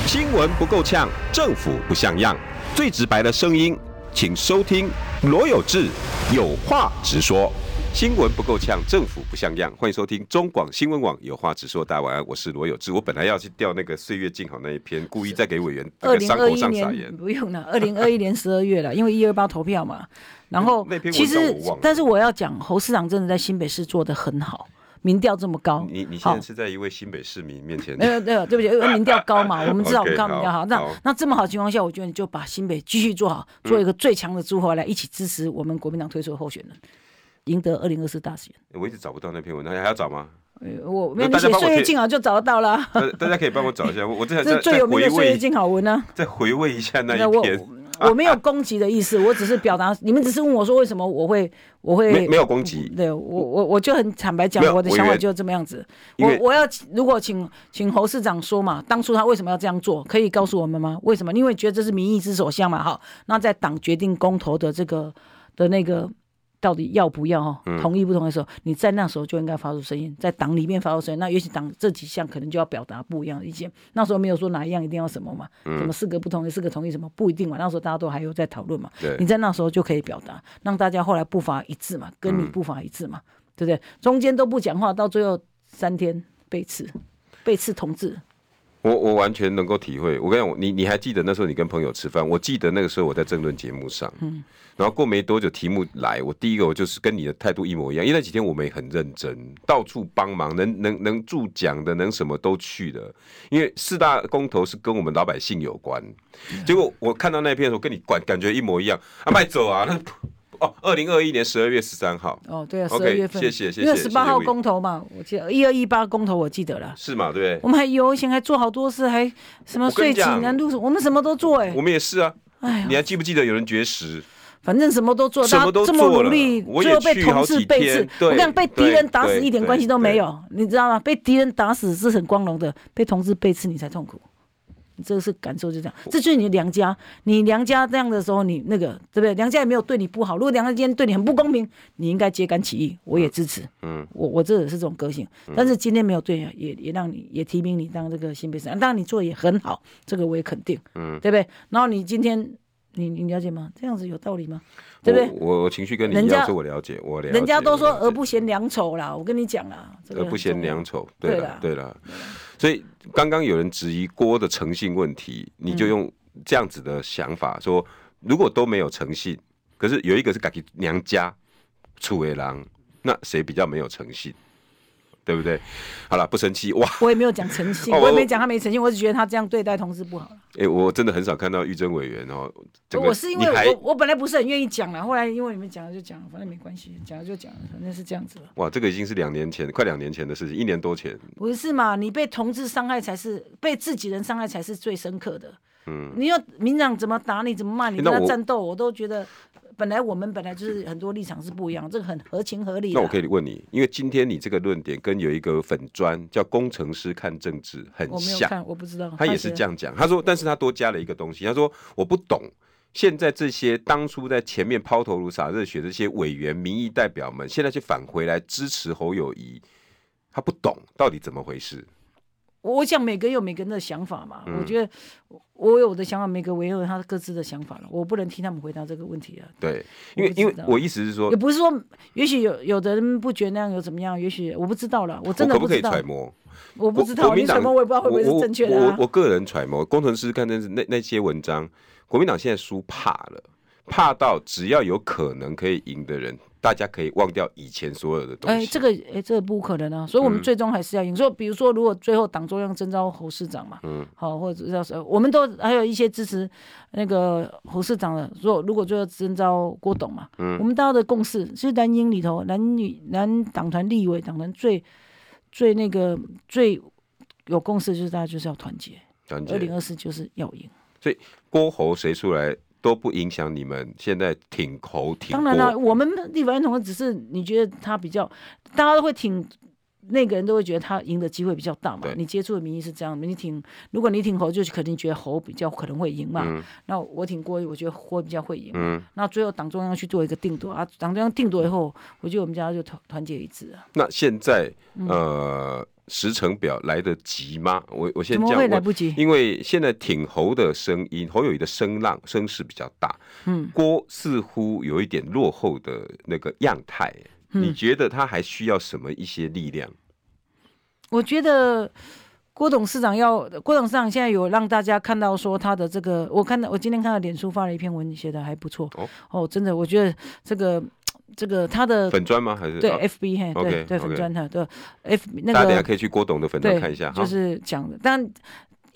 Speaker 1: 新闻不够呛，政府不像样，最直白的声音，请收听罗有志有话直说。新闻不够呛，政府不像样，欢迎收听中广新闻网有话直说。大家晚安，我是罗有志。我本来要去调那个《岁月静好》那一篇，故意再给委员这
Speaker 2: 二
Speaker 1: 个
Speaker 2: 零
Speaker 1: 伤
Speaker 2: 二
Speaker 1: 口
Speaker 2: 一
Speaker 1: 上撒盐
Speaker 2: 年。不用了，二零二一年十二月了，因为一二八投票嘛。然后
Speaker 1: 那篇文章
Speaker 2: 其实
Speaker 1: 我忘了，
Speaker 2: 但是我要讲，侯市长真的在新北市做的很好，民调这么高。
Speaker 1: 你你现
Speaker 2: 好
Speaker 1: 在是在一位新北市民面
Speaker 2: <laughs>
Speaker 1: 前
Speaker 2: 没，有，没有，呃对不起，因为民调高嘛，我们知道
Speaker 1: <laughs>
Speaker 2: 我
Speaker 1: OK，
Speaker 2: 们高民调
Speaker 1: 好
Speaker 2: 好。那
Speaker 1: 好嗯
Speaker 2: 那这么好的情况下，我觉得你就把新北继续做好，做一个最强的诸侯来一起支持我们国民党推出的候选人，赢得二零二四大选。
Speaker 1: 我一直找不到那篇文章，还要找吗？
Speaker 2: 呃我没
Speaker 1: 那
Speaker 2: 有你
Speaker 1: 大家
Speaker 2: 写
Speaker 1: 哎帮我
Speaker 2: 岁月
Speaker 1: 贴
Speaker 2: 静好就找得到了，
Speaker 1: 大大家可以帮我找一下，我我这
Speaker 2: 这是最有名的岁月静好文呢。
Speaker 1: 再回味一下那
Speaker 2: 那
Speaker 1: 一
Speaker 2: 我
Speaker 1: 篇，
Speaker 2: 我没有攻击的意思，我只是表达，你们只是问我说为什么我会我
Speaker 1: 没
Speaker 2: 会
Speaker 1: 没有攻击，
Speaker 2: 对我我我就很坦白讲
Speaker 1: 没有
Speaker 2: 我的
Speaker 1: 我以
Speaker 2: 想法
Speaker 1: 为
Speaker 2: 就是这么样子。
Speaker 1: 因
Speaker 2: 我
Speaker 1: 为
Speaker 2: 我要如果请请侯市长说嘛，当初他为什么要这样做，可以告诉我们吗？为什么？因为觉得这是民意之所向嘛。好，那在党决定公投的这个的那个。到底要不要哦？
Speaker 1: 嗯
Speaker 2: 同意不同意的时候，你在那时候就应该发出声音，在党里面发出声音。那也许党这几项可能就要表达不一样的意见。那时候没有说哪一样一定要什么嘛，
Speaker 1: 嗯
Speaker 2: 什么四个不同意，四个同意什么不一定嘛。那时候大家都还有在讨论嘛。
Speaker 1: 对
Speaker 2: 你在那时候就可以表达，让大家后来步伐一致嘛，跟你
Speaker 1: 嗯
Speaker 2: 步伐一致嘛，对不对？中间都不讲话，到最后三天被刺，被刺同志，
Speaker 1: 我我完全能够体会。我跟你讲，你你还记得那时候你跟朋友吃饭？我记得那个时候我在政论节目上，嗯，然后过没多久题目来，我第一个我就是跟你的态度一模一样，因为那几天我们也很认真，到处帮忙，能能能助讲的，能什么都去的。因为四大公投是跟我们老百姓有关，结果我看到那篇的时候，跟你感感觉一模一样啊，卖走啊，那哦，二零二一年十二月十三号
Speaker 2: 哦，对啊，十
Speaker 1: OK，
Speaker 2: 二月份
Speaker 1: 谢谢谢谢
Speaker 2: 因为十八号
Speaker 1: 谢谢
Speaker 2: 公投嘛，我记得一二一八公投，我记得了。
Speaker 1: 是嘛？对不对？
Speaker 2: 我们还游行，还做好多事，还什么
Speaker 1: 我跟
Speaker 2: 睡
Speaker 1: 你
Speaker 2: 井
Speaker 1: 讲
Speaker 2: 啊、路什么，我们什么都做哎、
Speaker 1: 我们也是啊。
Speaker 2: 哎呀
Speaker 1: 你还记不记得有人绝食？
Speaker 2: 反正什么都做，
Speaker 1: 什
Speaker 2: 大
Speaker 1: 么
Speaker 2: 家
Speaker 1: 都
Speaker 2: 这
Speaker 1: 做
Speaker 2: 么努
Speaker 1: 了
Speaker 2: 力，
Speaker 1: 我
Speaker 2: 最
Speaker 1: 也
Speaker 2: 后被
Speaker 1: 去
Speaker 2: 同
Speaker 1: 好
Speaker 2: 志
Speaker 1: 几
Speaker 2: 被
Speaker 1: 天
Speaker 2: 刺，
Speaker 1: 对
Speaker 2: 我跟你讲被敌人
Speaker 1: 对
Speaker 2: 打死
Speaker 1: 对
Speaker 2: 一点
Speaker 1: 对
Speaker 2: 关系都没
Speaker 1: 对
Speaker 2: 有，你知道吗？被敌人打死是很光荣的，被同志被刺你才痛苦。你这个是感受就这样，这就是你的娘家。你娘家这样的时候，你那个对不对？娘家也没有对你不好。如果娘家今天对你很不公平，你应该揭竿起义，我也支持。嗯，我我这也是这种个性。
Speaker 1: 嗯
Speaker 2: 但是今天没有对你，也也让你也提名你当这个新北市长，当然你做的也很好，这个我也肯定。嗯，对不对？然后你今天你你了解吗？这样子有道理吗？对不对？
Speaker 1: 我我我情绪跟你一
Speaker 2: 人
Speaker 1: 样，
Speaker 2: 家
Speaker 1: 所以我了解，我了解。
Speaker 2: 人家都说
Speaker 1: 我了
Speaker 2: 儿
Speaker 1: 解
Speaker 2: 不嫌娘丑啦，我跟你讲啦，这个
Speaker 1: 儿不嫌娘
Speaker 2: 丑，
Speaker 1: 丑，对
Speaker 2: 对啊
Speaker 1: 了
Speaker 2: 啦
Speaker 1: 对了。所以刚刚有人质疑郭的诚信问题，你
Speaker 2: 嗯
Speaker 1: 就用这样子的想法说，如果都没有诚信，可是有一个是自己娘家楚为郎，那谁比较没有诚信？对不对？好了，不生气哇！
Speaker 2: 我也没有讲
Speaker 1: <laughs>
Speaker 2: 诚信，
Speaker 1: 哦
Speaker 2: 我也
Speaker 1: 我
Speaker 2: 没讲他没诚信，我只觉得他这样对待同事不好啦。
Speaker 1: 哎、我真的很少看到玉珍委员哦。整个
Speaker 2: 我是因为
Speaker 1: 你还
Speaker 2: 我我本来不是很愿意讲啦，后来因为你们讲了就讲了，反正没关系，讲了就讲了，反正是这样子了。
Speaker 1: 哇，这个已经是两年前，快两年前的事情，一年多前。
Speaker 2: 不是嘛？你被同志伤害才是被自己人伤害才是最深刻的。嗯，你要民长怎么打你，怎么骂你，
Speaker 1: 那
Speaker 2: 跟他
Speaker 1: 我
Speaker 2: 战斗，我都觉得本来我们本来就是很多立场是不一样，这个很合情合理的。
Speaker 1: 那我可以问你，因为今天你这个论点跟有一个粉砖叫“工程师看政治”很
Speaker 2: 我没有
Speaker 1: 像，
Speaker 2: 看，我不知道。
Speaker 1: 他也是这
Speaker 2: 样，
Speaker 1: 样讲。他说，但是他多加了一个东西，他说我不懂现在这些当初在前面抛头颅洒热血这些委员、民意代表们，现在去返回来支持侯友谊，他不懂到底怎么回事。
Speaker 2: 我我想每个有每个人的想法嘛，
Speaker 1: 嗯
Speaker 2: 我觉得我我有我的想法，每个也有他各自的想法了，我不能替他们回答这个问题啊。
Speaker 1: 对，因为
Speaker 2: 我不知道
Speaker 1: 因为我意思是说
Speaker 2: 也，不是说，也许有有的人不觉得那样有怎么样，也许我不知道了，我真
Speaker 1: 我可
Speaker 2: 的
Speaker 1: 不可
Speaker 2: 知
Speaker 1: 以
Speaker 2: 道，
Speaker 1: 揣摩？
Speaker 2: 我不
Speaker 1: 国
Speaker 2: 知道，
Speaker 1: 国
Speaker 2: 你
Speaker 1: 民
Speaker 2: 什
Speaker 1: 党
Speaker 2: 么我也不知道会不会是
Speaker 1: 我
Speaker 2: 正确的、
Speaker 1: 我
Speaker 2: 啊
Speaker 1: 我。我个人揣摩，工程师看那那那些文章，国民党现在输怕了，怕到只要有可能可以赢的人，大家可以忘掉以前所有的东
Speaker 2: 哎、
Speaker 1: 西。
Speaker 2: 这个哎、这个不可能啊！所以我们最终还是要赢。所以比如说，如果最后党中央征召侯市长嘛，嗯，好，或者叫什么，我们都还有一些支持那个侯市长的。如果如果最后征召郭董嘛，嗯，我们大家的共识是蓝营里头男女男党团立委党团最最那个最有共识，就是大家就是要团结，
Speaker 1: 团
Speaker 2: 二
Speaker 1: 结
Speaker 2: 零二四就是要赢。
Speaker 1: 郭侯谁出来都不影响你们现在挺侯挺
Speaker 2: 当然了，
Speaker 1: 郭
Speaker 2: 我们立法院同志只是你觉得他比较，大家都会挺那个人都会觉得他赢的机会比较大嘛
Speaker 1: 对。
Speaker 2: 你接触的民意是这样的，你挺如果你挺侯，就是肯定觉得侯比较可能会赢嘛。那我挺郭，我觉得郭比较会赢。
Speaker 1: 嗯，
Speaker 2: 那最后党中央去做一个定夺啊，党中央定夺以后，我觉得我们家就团团结一致啊，
Speaker 1: 那现在
Speaker 2: 嗯
Speaker 1: 呃时程表来得及吗？我我先
Speaker 2: 怎么
Speaker 1: 讲
Speaker 2: 会来
Speaker 1: 我。
Speaker 2: 不及？
Speaker 1: 因为现在挺侯的声音，侯友谊的声浪声势比较大，
Speaker 2: 嗯，
Speaker 1: 郭似乎有一点落后的那个样态，
Speaker 2: 嗯
Speaker 1: 你觉得他还需要什么一些力量？
Speaker 2: 我觉得郭董事长要，郭董事长现在有让大家看到说他的这个，我看到我今天看到脸书发了一篇文，写的还不错。
Speaker 1: 哦
Speaker 2: 真的，我觉得这个这个他的
Speaker 1: 粉砖吗？还是
Speaker 2: 呃对
Speaker 1: 啊
Speaker 2: FB 嘿，对
Speaker 1: OK，OK
Speaker 2: 对粉砖的对 F 那
Speaker 1: 大家等一下
Speaker 2: 个
Speaker 1: 可以去郭董的粉
Speaker 2: 对
Speaker 1: 砖看一下哈。
Speaker 2: 就是讲的，但。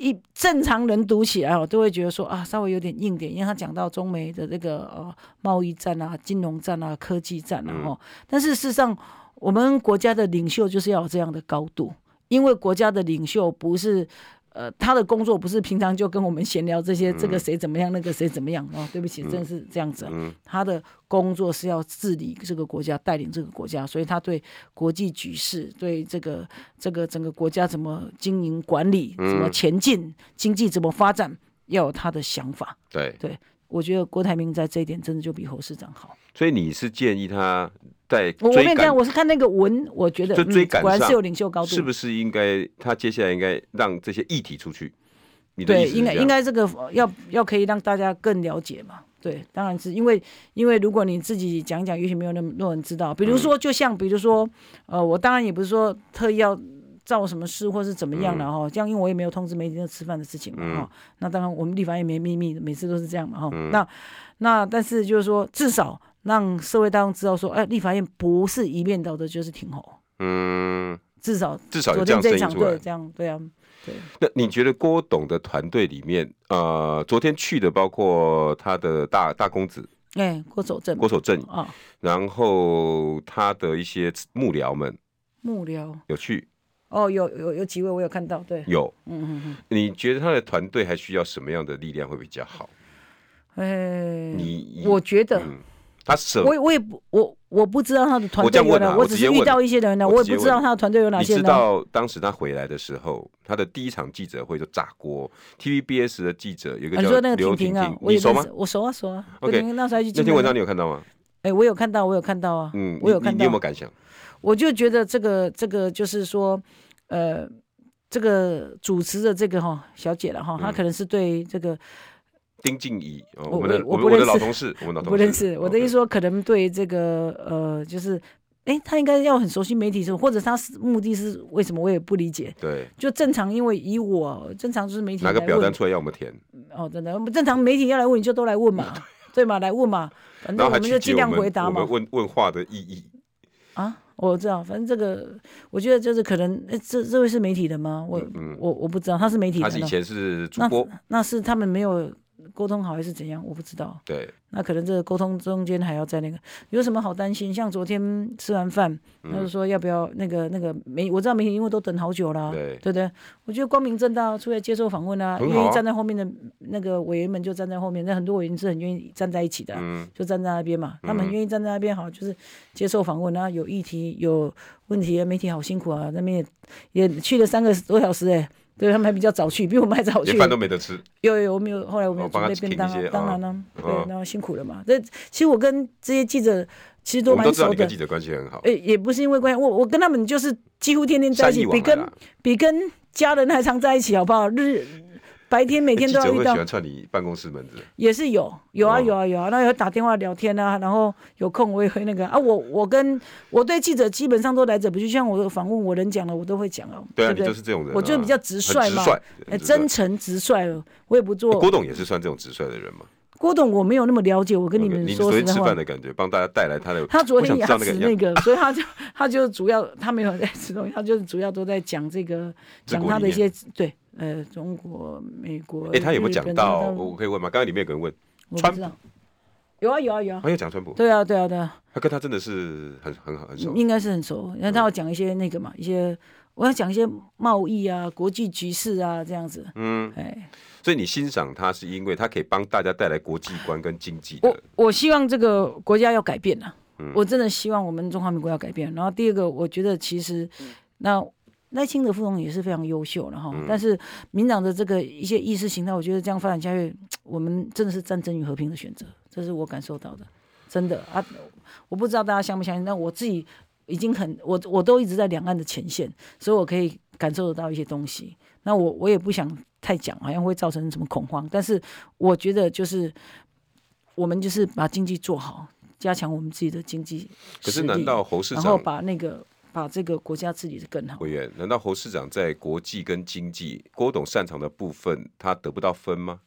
Speaker 2: 一正常人读起来哦，都会觉得说啊，稍微有点硬点，因为他讲到中美的这个呃贸易战啊、金融战啊、科技战
Speaker 1: 嗯
Speaker 2: 啊，哦、但是事实上，我们国家的领袖就是要有这样的高度，因为国家的领袖不是。呃，他的工作不是平常就跟我们闲聊这
Speaker 1: 嗯
Speaker 2: 些，这个谁怎么样，那个谁怎么样哦。对不起，真的是这样子啊、他的工作是要治理这个国家，带领这个国家，所以他对国际局势、对这个这个整个国家怎么经营管理、
Speaker 1: 嗯
Speaker 2: 怎么前进、经济怎么发展，要有他的想法。
Speaker 1: 对，
Speaker 2: 我觉得郭台铭在这一点真的就比侯市长好。
Speaker 1: 所以你是建议他在
Speaker 2: 我我
Speaker 1: 追
Speaker 2: 没有
Speaker 1: 赶
Speaker 2: 看，，我是看那个文，我觉得、嗯
Speaker 1: 就追赶
Speaker 2: 果然
Speaker 1: 上
Speaker 2: 是有领袖高度，
Speaker 1: 是不是应该他接下来应该让这些议题出去？你的意
Speaker 2: 对，
Speaker 1: 思是
Speaker 2: 应
Speaker 1: 这
Speaker 2: 该
Speaker 1: 样
Speaker 2: 应该这个呃要要可以让大家更了解嘛。对，当然是因为因为如果你自己讲讲，也许没有那么多人知道。比如说，就像比如说，呃，我当然也不是说特意要造什么事或是怎么
Speaker 1: 嗯
Speaker 2: 样了哈、这样因为我也没有通知媒体那吃饭的事情嘛哈、那当然我们立法也没秘密，每次都是这样嘛哈、
Speaker 1: 嗯
Speaker 2: 那那但是就是说，至少让社会大众知道说，哎、立法院不是一面倒的，就是挺好。
Speaker 1: 嗯，
Speaker 2: 至少
Speaker 1: 至少有
Speaker 2: 昨
Speaker 1: 这样声音
Speaker 2: 天这场
Speaker 1: 出来
Speaker 2: 对。这样对啊，
Speaker 1: 那你觉得郭董的团队里面，呃，昨天去的包括他的大大公子
Speaker 2: 哎、郭守正
Speaker 1: 郭守正，
Speaker 2: 啊、
Speaker 1: 然后他的一些幕僚们
Speaker 2: 幕僚。
Speaker 1: 有去
Speaker 2: 哦，有有有几位我有看到，对，
Speaker 1: 有，
Speaker 2: 嗯嗯
Speaker 1: 你觉得他的团队还需要什么样的力量会比较好？
Speaker 2: 嗯，哎，
Speaker 1: 你
Speaker 2: 我觉得，
Speaker 1: 嗯，他舍
Speaker 2: 我我也不我我不知道他的团
Speaker 1: 我这样
Speaker 2: 队有
Speaker 1: 问啊
Speaker 2: 哪，
Speaker 1: 我直
Speaker 2: 只
Speaker 1: 接
Speaker 2: 是
Speaker 1: 问
Speaker 2: 遇到一些人呢，啊
Speaker 1: 我
Speaker 2: 我
Speaker 1: 直
Speaker 2: 也
Speaker 1: 接
Speaker 2: 不知道
Speaker 1: 问
Speaker 2: 他的团队有哪
Speaker 1: 你
Speaker 2: 些
Speaker 1: 知
Speaker 2: 人啊呢。
Speaker 1: 道当时他回来的时候，他的第一场记者会就炸锅，TVBS 的记者有一
Speaker 2: 啊
Speaker 1: 个
Speaker 2: 你
Speaker 1: 叫
Speaker 2: 说那个
Speaker 1: 刘
Speaker 2: 婷
Speaker 1: 婷
Speaker 2: 婷啊
Speaker 1: 婷，，
Speaker 2: 我
Speaker 1: 你
Speaker 2: 也
Speaker 1: 熟吗
Speaker 2: 认识？我熟啊熟啊。
Speaker 1: OK，
Speaker 2: 刘婷那时候还去
Speaker 1: 那
Speaker 2: 金
Speaker 1: 篇文章
Speaker 2: 门，
Speaker 1: 你有看到吗？
Speaker 2: 哎，我有看到，我有看到啊，
Speaker 1: 嗯，
Speaker 2: 我有
Speaker 1: 你
Speaker 2: 看
Speaker 1: 你你有
Speaker 2: 到
Speaker 1: 没有感想？
Speaker 2: 我就觉得这个这个就是说，呃，这个主持的这个哈小姐了哈，
Speaker 1: 嗯
Speaker 2: 她可能是对这个
Speaker 1: 丁敬怡，哦
Speaker 2: 我
Speaker 1: 我们的
Speaker 2: 我
Speaker 1: 我们
Speaker 2: 我不
Speaker 1: 我的
Speaker 2: 认识
Speaker 1: 老同事，我们老同事
Speaker 2: 不认识。我的意思
Speaker 1: 思，
Speaker 2: 说，可能对这个呃，就是，诶，他应该要很熟悉媒体是，或者他是目的是为什么，我也不理解。
Speaker 1: 对，
Speaker 2: 就正常，因为以我正常就是媒体
Speaker 1: 拿个
Speaker 2: 来
Speaker 1: 表
Speaker 2: 问
Speaker 1: 单出来让我们填，
Speaker 2: 哦，真的，我们正常媒体要来问你就都来问
Speaker 1: <laughs>
Speaker 2: 嘛，对嘛，来问嘛，反
Speaker 1: 然
Speaker 2: 正
Speaker 1: 后
Speaker 2: 我
Speaker 1: 还
Speaker 2: 们就
Speaker 1: 去解
Speaker 2: 尽
Speaker 1: 我
Speaker 2: 量
Speaker 1: 们
Speaker 2: 回答
Speaker 1: 我
Speaker 2: 嘛
Speaker 1: 们。问问话的意义。
Speaker 2: 啊，我知道，反正这个我觉得就是可能，诶这这位是媒体人吗？我、我我不知道，他是媒体
Speaker 1: 嗯他
Speaker 2: 人
Speaker 1: 是以
Speaker 2: 哦，
Speaker 1: 前是主
Speaker 2: 那
Speaker 1: 播，
Speaker 2: 那是他们没有沟通好还是怎样？我不知道。
Speaker 1: 对，
Speaker 2: 那可能这个沟通中间还要在那个，有什么好担心？像昨天吃完饭，他
Speaker 1: 嗯
Speaker 2: 就说要不要那个那个媒，我知道媒体因为都等好久了啊、
Speaker 1: 对
Speaker 2: 对不对？我觉得光明正大出来接受访问啊，
Speaker 1: 很好啊
Speaker 2: 愿意站在后面的那个委员们就站在后面，那很多委员是很愿意站在一起的啊、
Speaker 1: 嗯
Speaker 2: 就站在那边嘛，他们很愿意站在那边，好就是接受访问啊，有议题有问题啊，媒体好辛苦啊，那边也也去了三个多小时哎、对他们还比较早去，比我们还早去
Speaker 1: 连。饭都没得吃。
Speaker 2: 有有有，我们有后来我们有
Speaker 1: 哦帮
Speaker 2: 准
Speaker 1: 他
Speaker 2: 备便当
Speaker 1: 请一些
Speaker 2: 啊，当然了、
Speaker 1: 哦
Speaker 2: 对
Speaker 1: 哦，
Speaker 2: 然后辛苦了嘛。这其实我跟这些记者其实
Speaker 1: 我
Speaker 2: 都
Speaker 1: 们
Speaker 2: 蛮
Speaker 1: 都知道
Speaker 2: 熟
Speaker 1: 你跟
Speaker 2: 的
Speaker 1: 记，者关系很好，
Speaker 2: 诶、也不是因为关系，我我跟他们就是几乎天天在一
Speaker 1: 善意
Speaker 2: 起，
Speaker 1: 往
Speaker 2: 比
Speaker 1: 来
Speaker 2: 跟
Speaker 1: 啦。
Speaker 2: 比跟家人还常在一起，好不好？日白天每
Speaker 1: 记
Speaker 2: 天都
Speaker 1: 者
Speaker 2: 要
Speaker 1: 会
Speaker 2: 遇
Speaker 1: 喜
Speaker 2: 到，
Speaker 1: 欢串你办公室门子，
Speaker 2: 也是有有啊
Speaker 1: 哦
Speaker 2: 有啊有啊，那有打电话聊天啊，然后有空我也会那个啊，我我跟我对记者基本上都来者不拒，像我有访问我人讲了，我都会讲啊，
Speaker 1: 对啊，
Speaker 2: 不对？
Speaker 1: 你就是这种人啊。
Speaker 2: 我就比较直率
Speaker 1: 很
Speaker 2: 嘛
Speaker 1: 直率，
Speaker 2: 哎，
Speaker 1: 很直率
Speaker 2: 真诚直率，我也不做
Speaker 1: 郭。董也是算这种直率的人嘛。
Speaker 2: 郭董我没有那么了解，我跟你
Speaker 1: OK，
Speaker 2: 们
Speaker 1: 你昨
Speaker 2: 说实
Speaker 1: 天
Speaker 2: 在
Speaker 1: 吃
Speaker 2: 话
Speaker 1: 饭。的感觉，帮大家带来他的。
Speaker 2: 他昨天
Speaker 1: 我
Speaker 2: 牙
Speaker 1: 想知道
Speaker 2: 齿
Speaker 1: 那个
Speaker 2: 那
Speaker 1: 样
Speaker 2: 个，所以他就 <laughs> 他就主要他没有在吃东西，他就是主要都在讲这个
Speaker 1: 治
Speaker 2: 讲
Speaker 1: 国
Speaker 2: 他的
Speaker 1: 理
Speaker 2: 一些对呃中国美国。
Speaker 1: 哎，他有没有
Speaker 2: 日
Speaker 1: 讲
Speaker 2: 本
Speaker 1: 到？
Speaker 2: 这个
Speaker 1: 我可以问吗？刚刚里面有个人问，
Speaker 2: 我不
Speaker 1: 川
Speaker 2: 知道。有啊有啊有啊，
Speaker 1: 他有讲川普，
Speaker 2: 对啊对啊对啊。
Speaker 1: 他跟他真的是很很好很熟。
Speaker 2: 应该是很熟，因为他要讲一些那个嘛，一些我要讲一些贸易啊、国际局势啊这样子。
Speaker 1: 嗯，
Speaker 2: 哎，
Speaker 1: 所以你欣赏他是因为他可以帮大家带来国际观跟经济
Speaker 2: 我
Speaker 1: 的。
Speaker 2: 我希望这个国家要改变啊，我真的希望我们中华民国要改变。然后第二个，我觉得其实那。赖清德副总也是非常优秀了哈，但是民党的这个一些意识形态，我觉得这样发展下去，我们真的是战争与和平的选择，这是我感受到的，真的啊，我不知道大家相不相信，但我自己已经很，我我都一直在两岸的前线，所以我可以感受得到一些东西。那我我也不想太讲，好像会造成什么恐慌，但是我觉得就是我们就是把经济做好，加强我们自己的经济
Speaker 1: 可
Speaker 2: 实
Speaker 1: 是
Speaker 2: 力，
Speaker 1: 难道侯市
Speaker 2: 然后
Speaker 1: 长
Speaker 2: 把那个把这个国家治理的更好？
Speaker 1: 委员，难道侯市长在国际跟经济郭董擅长的部分，他得不到分吗？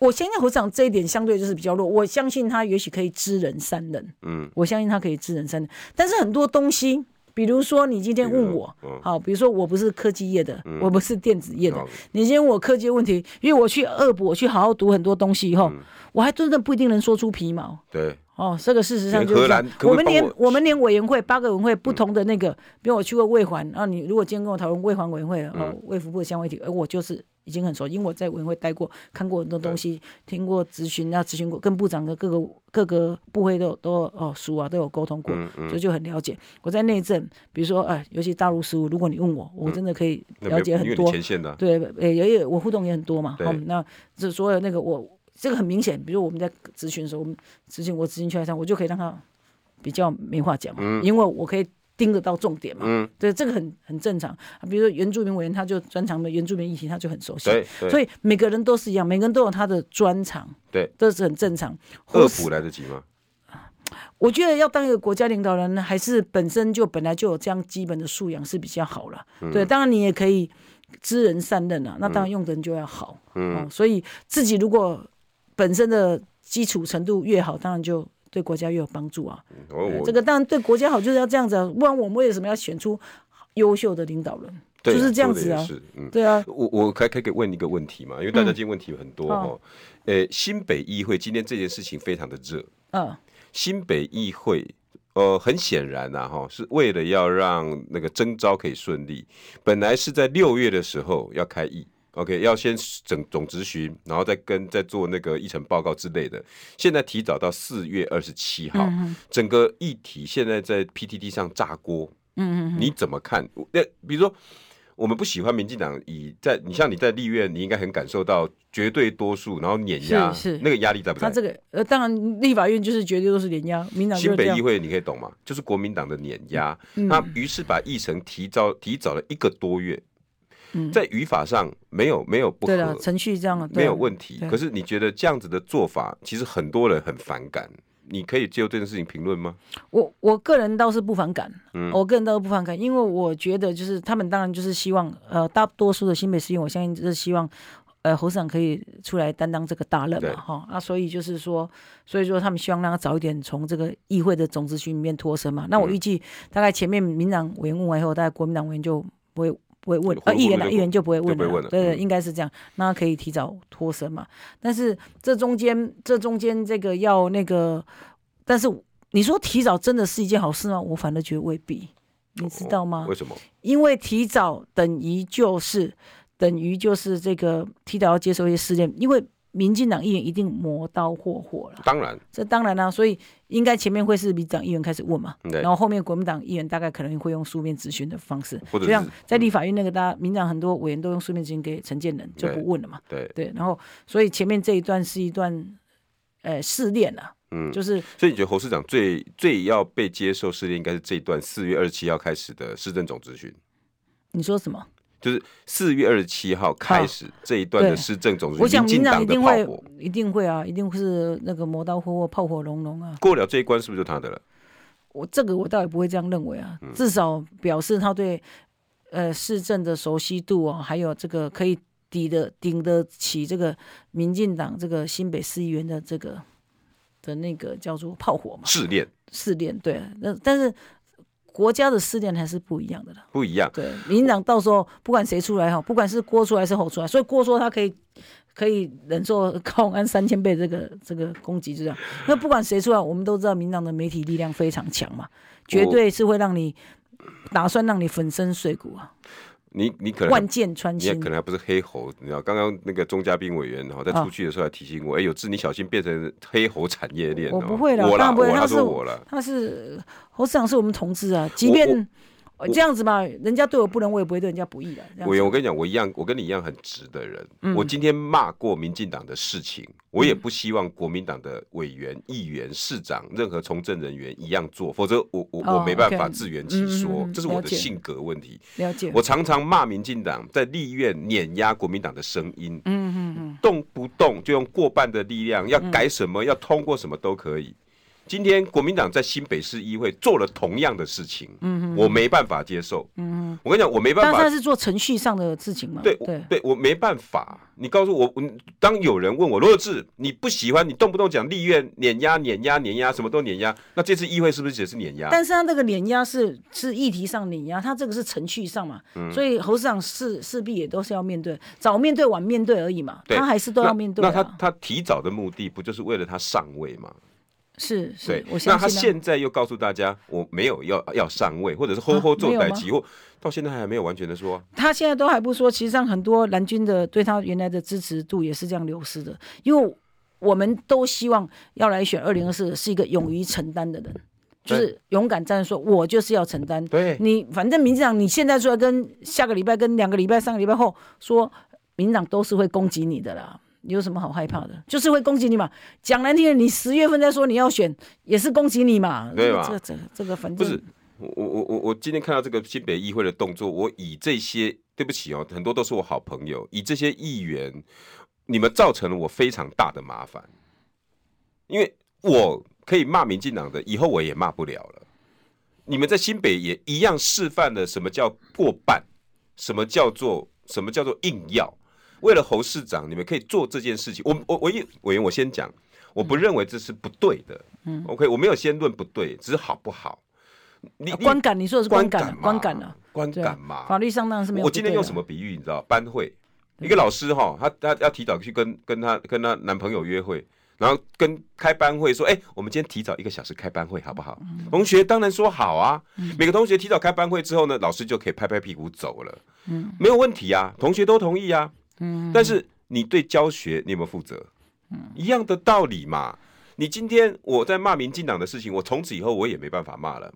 Speaker 2: 我相信侯市长这一点相对就是比较弱，我相信他也许可以知人善任，
Speaker 1: 嗯，
Speaker 2: 我相信他可以知人善任，但是很多东西。比如说，你今天问我
Speaker 1: 比如说嗯，嗯
Speaker 2: 好，比如说我不是科技业的，我不是电子业的
Speaker 1: 好，
Speaker 2: 你今天问我科技的问题，因为我去恶补，我去好好读很多东西以后，
Speaker 1: 嗯
Speaker 2: 我还真的不一定能说出皮毛。
Speaker 1: 对，
Speaker 2: 哦，这个事实上
Speaker 1: 连
Speaker 2: 就是
Speaker 1: 荷
Speaker 2: 这
Speaker 1: 兰
Speaker 2: 样
Speaker 1: 可不可以
Speaker 2: 我们
Speaker 1: 帮
Speaker 2: 连
Speaker 1: 我嗯
Speaker 2: 我们连委员会八个委员会不同的那个，比如我去过卫环，然后你如果今天跟我讨论卫环委员会，哦，
Speaker 1: 嗯
Speaker 2: 卫福部的相关议题，而我就是已经很熟，因为我在委员会待过，看过很多东西，听过咨询啊，咨询过跟部长的各个各个部会都有都有哦熟啊，都有沟通过，
Speaker 1: 嗯
Speaker 2: 所以就很了解。我在内政，比如说哎，尤其大陆事务，如果你问我，我真的可以
Speaker 1: 嗯那没
Speaker 2: 了
Speaker 1: 有
Speaker 2: 解
Speaker 1: 因
Speaker 2: 很
Speaker 1: 为
Speaker 2: 多
Speaker 1: 你。前线的啊、
Speaker 2: 对，也也有我互动也很多嘛。
Speaker 1: 对
Speaker 2: 好，那这所有那个我这个很明显，比如我们在咨询的时候，我们咨询我咨询圈上，我就可以让他比较没话讲嘛，因为我可以盯得到重点嘛。
Speaker 1: 嗯
Speaker 2: 对，这个很很正常。比如说原住民委员，他就专长的原住民议题，他就很熟悉。
Speaker 1: 对对
Speaker 2: 所以每个人都是一样，每个人都有他的专长，
Speaker 1: 对，
Speaker 2: 这是很正常。
Speaker 1: 恶补来得及吗？
Speaker 2: 我觉得要当一个国家领导人，还是本身就本来就有这样基本的素养是比较好了。
Speaker 1: 嗯
Speaker 2: 对，当然你也可以知人善任啊，那当然用的人就要好。嗯、哦，所以自己如果本身的基础程度越好，当然就对国家越有帮助啊。
Speaker 1: 我
Speaker 2: 对
Speaker 1: 哦我
Speaker 2: 这个当然对国家好就是要这样子啊，不然我们为什么要选出优秀的领导人？
Speaker 1: 对啊
Speaker 2: 就是这样
Speaker 1: 说
Speaker 2: 子
Speaker 1: 得
Speaker 2: 啊嗯
Speaker 1: 也是，嗯。
Speaker 2: 对啊，
Speaker 1: 我我可可以问一个问题嘛？因为大家今天问题有很多哦。呃，新北议会今天这件事情非常的热，
Speaker 2: 嗯，
Speaker 1: 新北议会，呃，很显然呐、哈，是为了要让那个征招可以顺利，本来是在六月的时候要开议。OK，要先整总执询，然后再跟再做那个议程报告之类的。现在提早到四月二十七号，整个议题现在在 PTT 上炸锅。嗯嗯，你怎么看？那比如说，我们不喜欢民进党以在你像你在立院，你应该很感受到绝对多数，然后碾压，
Speaker 2: 是是
Speaker 1: 那个压力在不在
Speaker 2: 他？这个呃，当然立法院就是绝对都是连压，民党就
Speaker 1: 新
Speaker 2: 是这
Speaker 1: 北
Speaker 2: 样嗯
Speaker 1: 议。会你可以懂吗？就是国民党的碾压，他于是把议程提早提早了一个多月，在语法上没有没有不
Speaker 2: 嗯对了，
Speaker 1: 合，
Speaker 2: 程序这样啊，对啊
Speaker 1: 没有问题。
Speaker 2: 对
Speaker 1: 可是你觉得这样子的做法，其实很多人很反感。你可以就这件事情评论吗？
Speaker 2: 我我个人倒是不反感，
Speaker 1: 嗯
Speaker 2: 我个人倒是不反感，因为我觉得就是他们当然就是希望，呃，大多数的新北市议员，我相信就是希望，呃，侯市长可以出来担当这个大任
Speaker 1: 对
Speaker 2: 嘛，哈啊，所以就是说，所以说他们希望让他早一点从这个议会的总咨询里面脱身嘛。那
Speaker 1: 嗯
Speaker 2: 我预计大概前面民党委员问完以后，大概国民党委员就不会不会问
Speaker 1: 会，
Speaker 2: 呃，
Speaker 1: 会
Speaker 2: 议员
Speaker 1: 问
Speaker 2: 啊
Speaker 1: 就
Speaker 2: 议员就不会问
Speaker 1: 就不会问了
Speaker 2: 了，对对，
Speaker 1: 嗯
Speaker 2: 应该是这样，那可以提早脱身嘛。但是这中间这中间这个要那个，但是你说提早真的是一件好事吗？我反而觉得未必，
Speaker 1: 哦
Speaker 2: 你知道吗
Speaker 1: 为？什么？
Speaker 2: 因为提早等于就是等于就是这个提早要接受一些试炼，因为民进党议员一定磨刀霍霍了。
Speaker 1: 当然，
Speaker 2: 这当然啦、所以应该前面会是民进党议员开始问嘛，
Speaker 1: 对
Speaker 2: 然后后面国民党议员大概可能会用书面质询的方式，
Speaker 1: 或者
Speaker 2: 就像
Speaker 1: 是
Speaker 2: 在立法院那个，大家民进党很多委员都用书面质询给陈建仁，就
Speaker 1: 对
Speaker 2: 不问了嘛。
Speaker 1: 对，
Speaker 2: 对，然后所以前面这一段是一段呃试炼啊，
Speaker 1: 嗯，
Speaker 2: 就是
Speaker 1: 所以你觉得侯市长最最要被接受试炼，应该是这一段四月二十七号开始的市政总咨询，
Speaker 2: 你说什么？
Speaker 1: 就是四月二十七号开始这一段的
Speaker 2: 对
Speaker 1: 市政总
Speaker 2: 我
Speaker 1: 咨询，
Speaker 2: 想
Speaker 1: 民
Speaker 2: 民
Speaker 1: 进
Speaker 2: 党
Speaker 1: 党
Speaker 2: 一
Speaker 1: 的
Speaker 2: 定
Speaker 1: 炮
Speaker 2: 会
Speaker 1: 火，
Speaker 2: 一定会啊，一定是那个磨刀霍霍、炮火隆隆啊。
Speaker 1: 过了这一关是不是就他的了？
Speaker 2: 我这个我倒也不会这样认为
Speaker 1: 嗯
Speaker 2: 啊，至少表示他对呃市政的熟悉度哦，还有这个可以抵得顶得起这个民进党这个新北市议员的这个的那个叫做炮火嘛
Speaker 1: 试炼
Speaker 2: 试炼，对，啊那但是国家的试炼还是不一样的啦。
Speaker 1: 不一样，
Speaker 2: 对，民进党到时候不管谁出来哈，不管是郭出来还是侯出来，所以郭说他可以可以忍受 <laughs> 高安三千倍这个这个攻击，就这样。那不管谁出来，我们都知道民进党的媒体力量非常强嘛，绝对是会让你打算让你粉身碎骨啊，
Speaker 1: 你你可能还
Speaker 2: 万箭穿
Speaker 1: 你也
Speaker 2: 心
Speaker 1: 可。能还不是黑猴，你知道？刚刚那个钟嘉宾委员哈，在
Speaker 2: 啊
Speaker 1: 出去的时候还提醒我，哎、有志，你小心变成黑猴产业链、哦。
Speaker 2: 我不会啦
Speaker 1: 我
Speaker 2: 当
Speaker 1: 啦，
Speaker 2: 然不会
Speaker 1: 我啦
Speaker 2: 他
Speaker 1: 他
Speaker 2: 是
Speaker 1: 说我啦，
Speaker 2: 他是侯市长是我们同志啊，即便
Speaker 1: 我
Speaker 2: 这样子嘛，人家对我不仁，我也不会对人家不义的。这样子嗯
Speaker 1: 委员，我跟你讲，我一样，我跟你一样很直的人。我今天骂过民进党的事情，我也不希望国民党的委员、议员、市长、任何从政人员一样做，否则我我
Speaker 2: 哦
Speaker 1: 我没办法
Speaker 2: OK
Speaker 1: 自圆其说，
Speaker 2: 嗯嗯嗯
Speaker 1: 这是我的
Speaker 2: 了解
Speaker 1: 性格问题。
Speaker 2: 了解，
Speaker 1: 我常常骂民进党在立院碾压国民党的声音，
Speaker 2: 嗯嗯嗯，
Speaker 1: 动不动就用过半的力量，要改什么，要通过什么都可以。今天国民党在新北市议会做了同样的事情，
Speaker 2: 嗯
Speaker 1: 我没办法接受。我跟你讲，我没办
Speaker 2: 但
Speaker 1: 法
Speaker 2: 他是做程序上的事情嘛，
Speaker 1: 对
Speaker 2: 对。
Speaker 1: 对，我没办法。你告诉我，我当有人问我罗志，你不喜欢，你动不动讲立院碾压、碾压、碾压，什么都碾压，那这次议会是不是也是碾压？
Speaker 2: 但是他那个碾压是是议题上碾压，他这个是程序上嘛，
Speaker 1: 嗯
Speaker 2: 所以侯市长势势必也都是要面对，早面对晚面对而已嘛，
Speaker 1: 对
Speaker 2: 他还是都要面对、啊
Speaker 1: 那。那他他提早的目的不就是为了他上位吗？
Speaker 2: 是是
Speaker 1: 对，，
Speaker 2: 我
Speaker 1: 那
Speaker 2: 相
Speaker 1: 他
Speaker 2: 信啊、
Speaker 1: 现在又告诉大家，我没有要要上位，
Speaker 2: 啊
Speaker 1: 或者是吼吼做代级，或到现在还没有完全的说啊，
Speaker 2: 他现在都还不说，其实上很多蓝军的对他原来的支持度也是这样流失的，因为我们都希望要来选二零二四是一个勇于承担的人，就是勇敢站出来说，我就是要承担，
Speaker 1: 对
Speaker 2: 你反正民进党，你现在出来跟下个礼拜、跟两个礼拜、三个礼拜后说，民进党都是会攻击你的啦。你有什么好害怕的？就是会攻击你嘛。讲难听点，你十月份再说你要选，也是攻击你嘛。
Speaker 1: 对嘛
Speaker 2: 这个这个这个，反正
Speaker 1: 不是。我我我我我今天看到这个新北议会的动作，我以这些对不起哦，很多都是我好朋友，以这些议员，你们造成了我非常大的麻烦，因为我可以骂民进党的，以后我也骂不了了。你们在新北也一样示范了什么叫过半，什么叫做什么叫做硬要。为了侯市长，你们可以做这件事情。我我我一委员，我先讲，我不认为这是不对的。嗯，OK，我没有先论不对，只是好不好。你
Speaker 2: 啊
Speaker 1: 你
Speaker 2: 观感，你说的是观感啊，
Speaker 1: 观
Speaker 2: 观感啊，，
Speaker 1: 观
Speaker 2: 对啊
Speaker 1: 感嘛。
Speaker 2: 法律上当然是没有。
Speaker 1: 我今天用什？么比喻？你知道，班会一个老师哈，她她要提早去跟跟她跟她男朋友约会，然后跟开班会说，哎、我们今天提早一个小时开班会好不好？同学当然说好啊。每个同学提早开班会之后呢，老师就可以拍拍屁股走了，嗯，没有问题啊，同学都同意啊，嗯，但是你对教学你有没有负责？一样的道理嘛。你今天我在骂民进党的事情，我从此以后我也没办法骂了。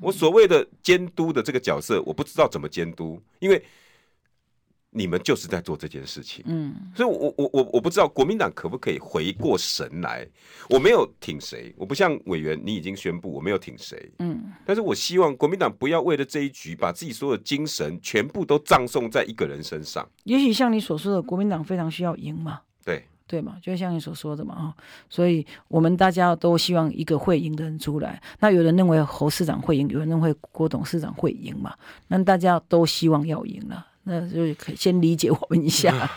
Speaker 1: 我所谓的监督的这个角色，我不知道怎么监督，因为你们就是在做这件事情。
Speaker 2: 嗯，
Speaker 1: 所以我，我我我我不知道国民党可不可以回过神来。我没有挺谁，我不像委员，你已经宣布我没有挺谁。
Speaker 2: 嗯，
Speaker 1: 但是我希望国民党不要为了这一局，把自己所有精神全部都葬送在一个人身上。
Speaker 2: 也许像你所说的，国民党非常需要赢嘛。
Speaker 1: 对，
Speaker 2: 对嘛，就像你所说的嘛啊、所以我们大家都希望一个会赢的人出来。那有人认为侯市长会赢，有人认为郭董事长会赢嘛，那大家都希望要赢了，那就可以先理解我们一下。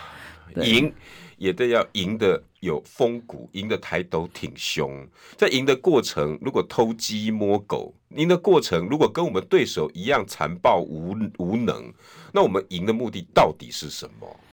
Speaker 2: 对
Speaker 1: 赢也得要赢得有风骨，赢得抬头挺胸。在赢的过程，如果偷鸡摸狗，赢的过程如果跟我们对手一样残暴无无能，那我们赢的目的到底是什么？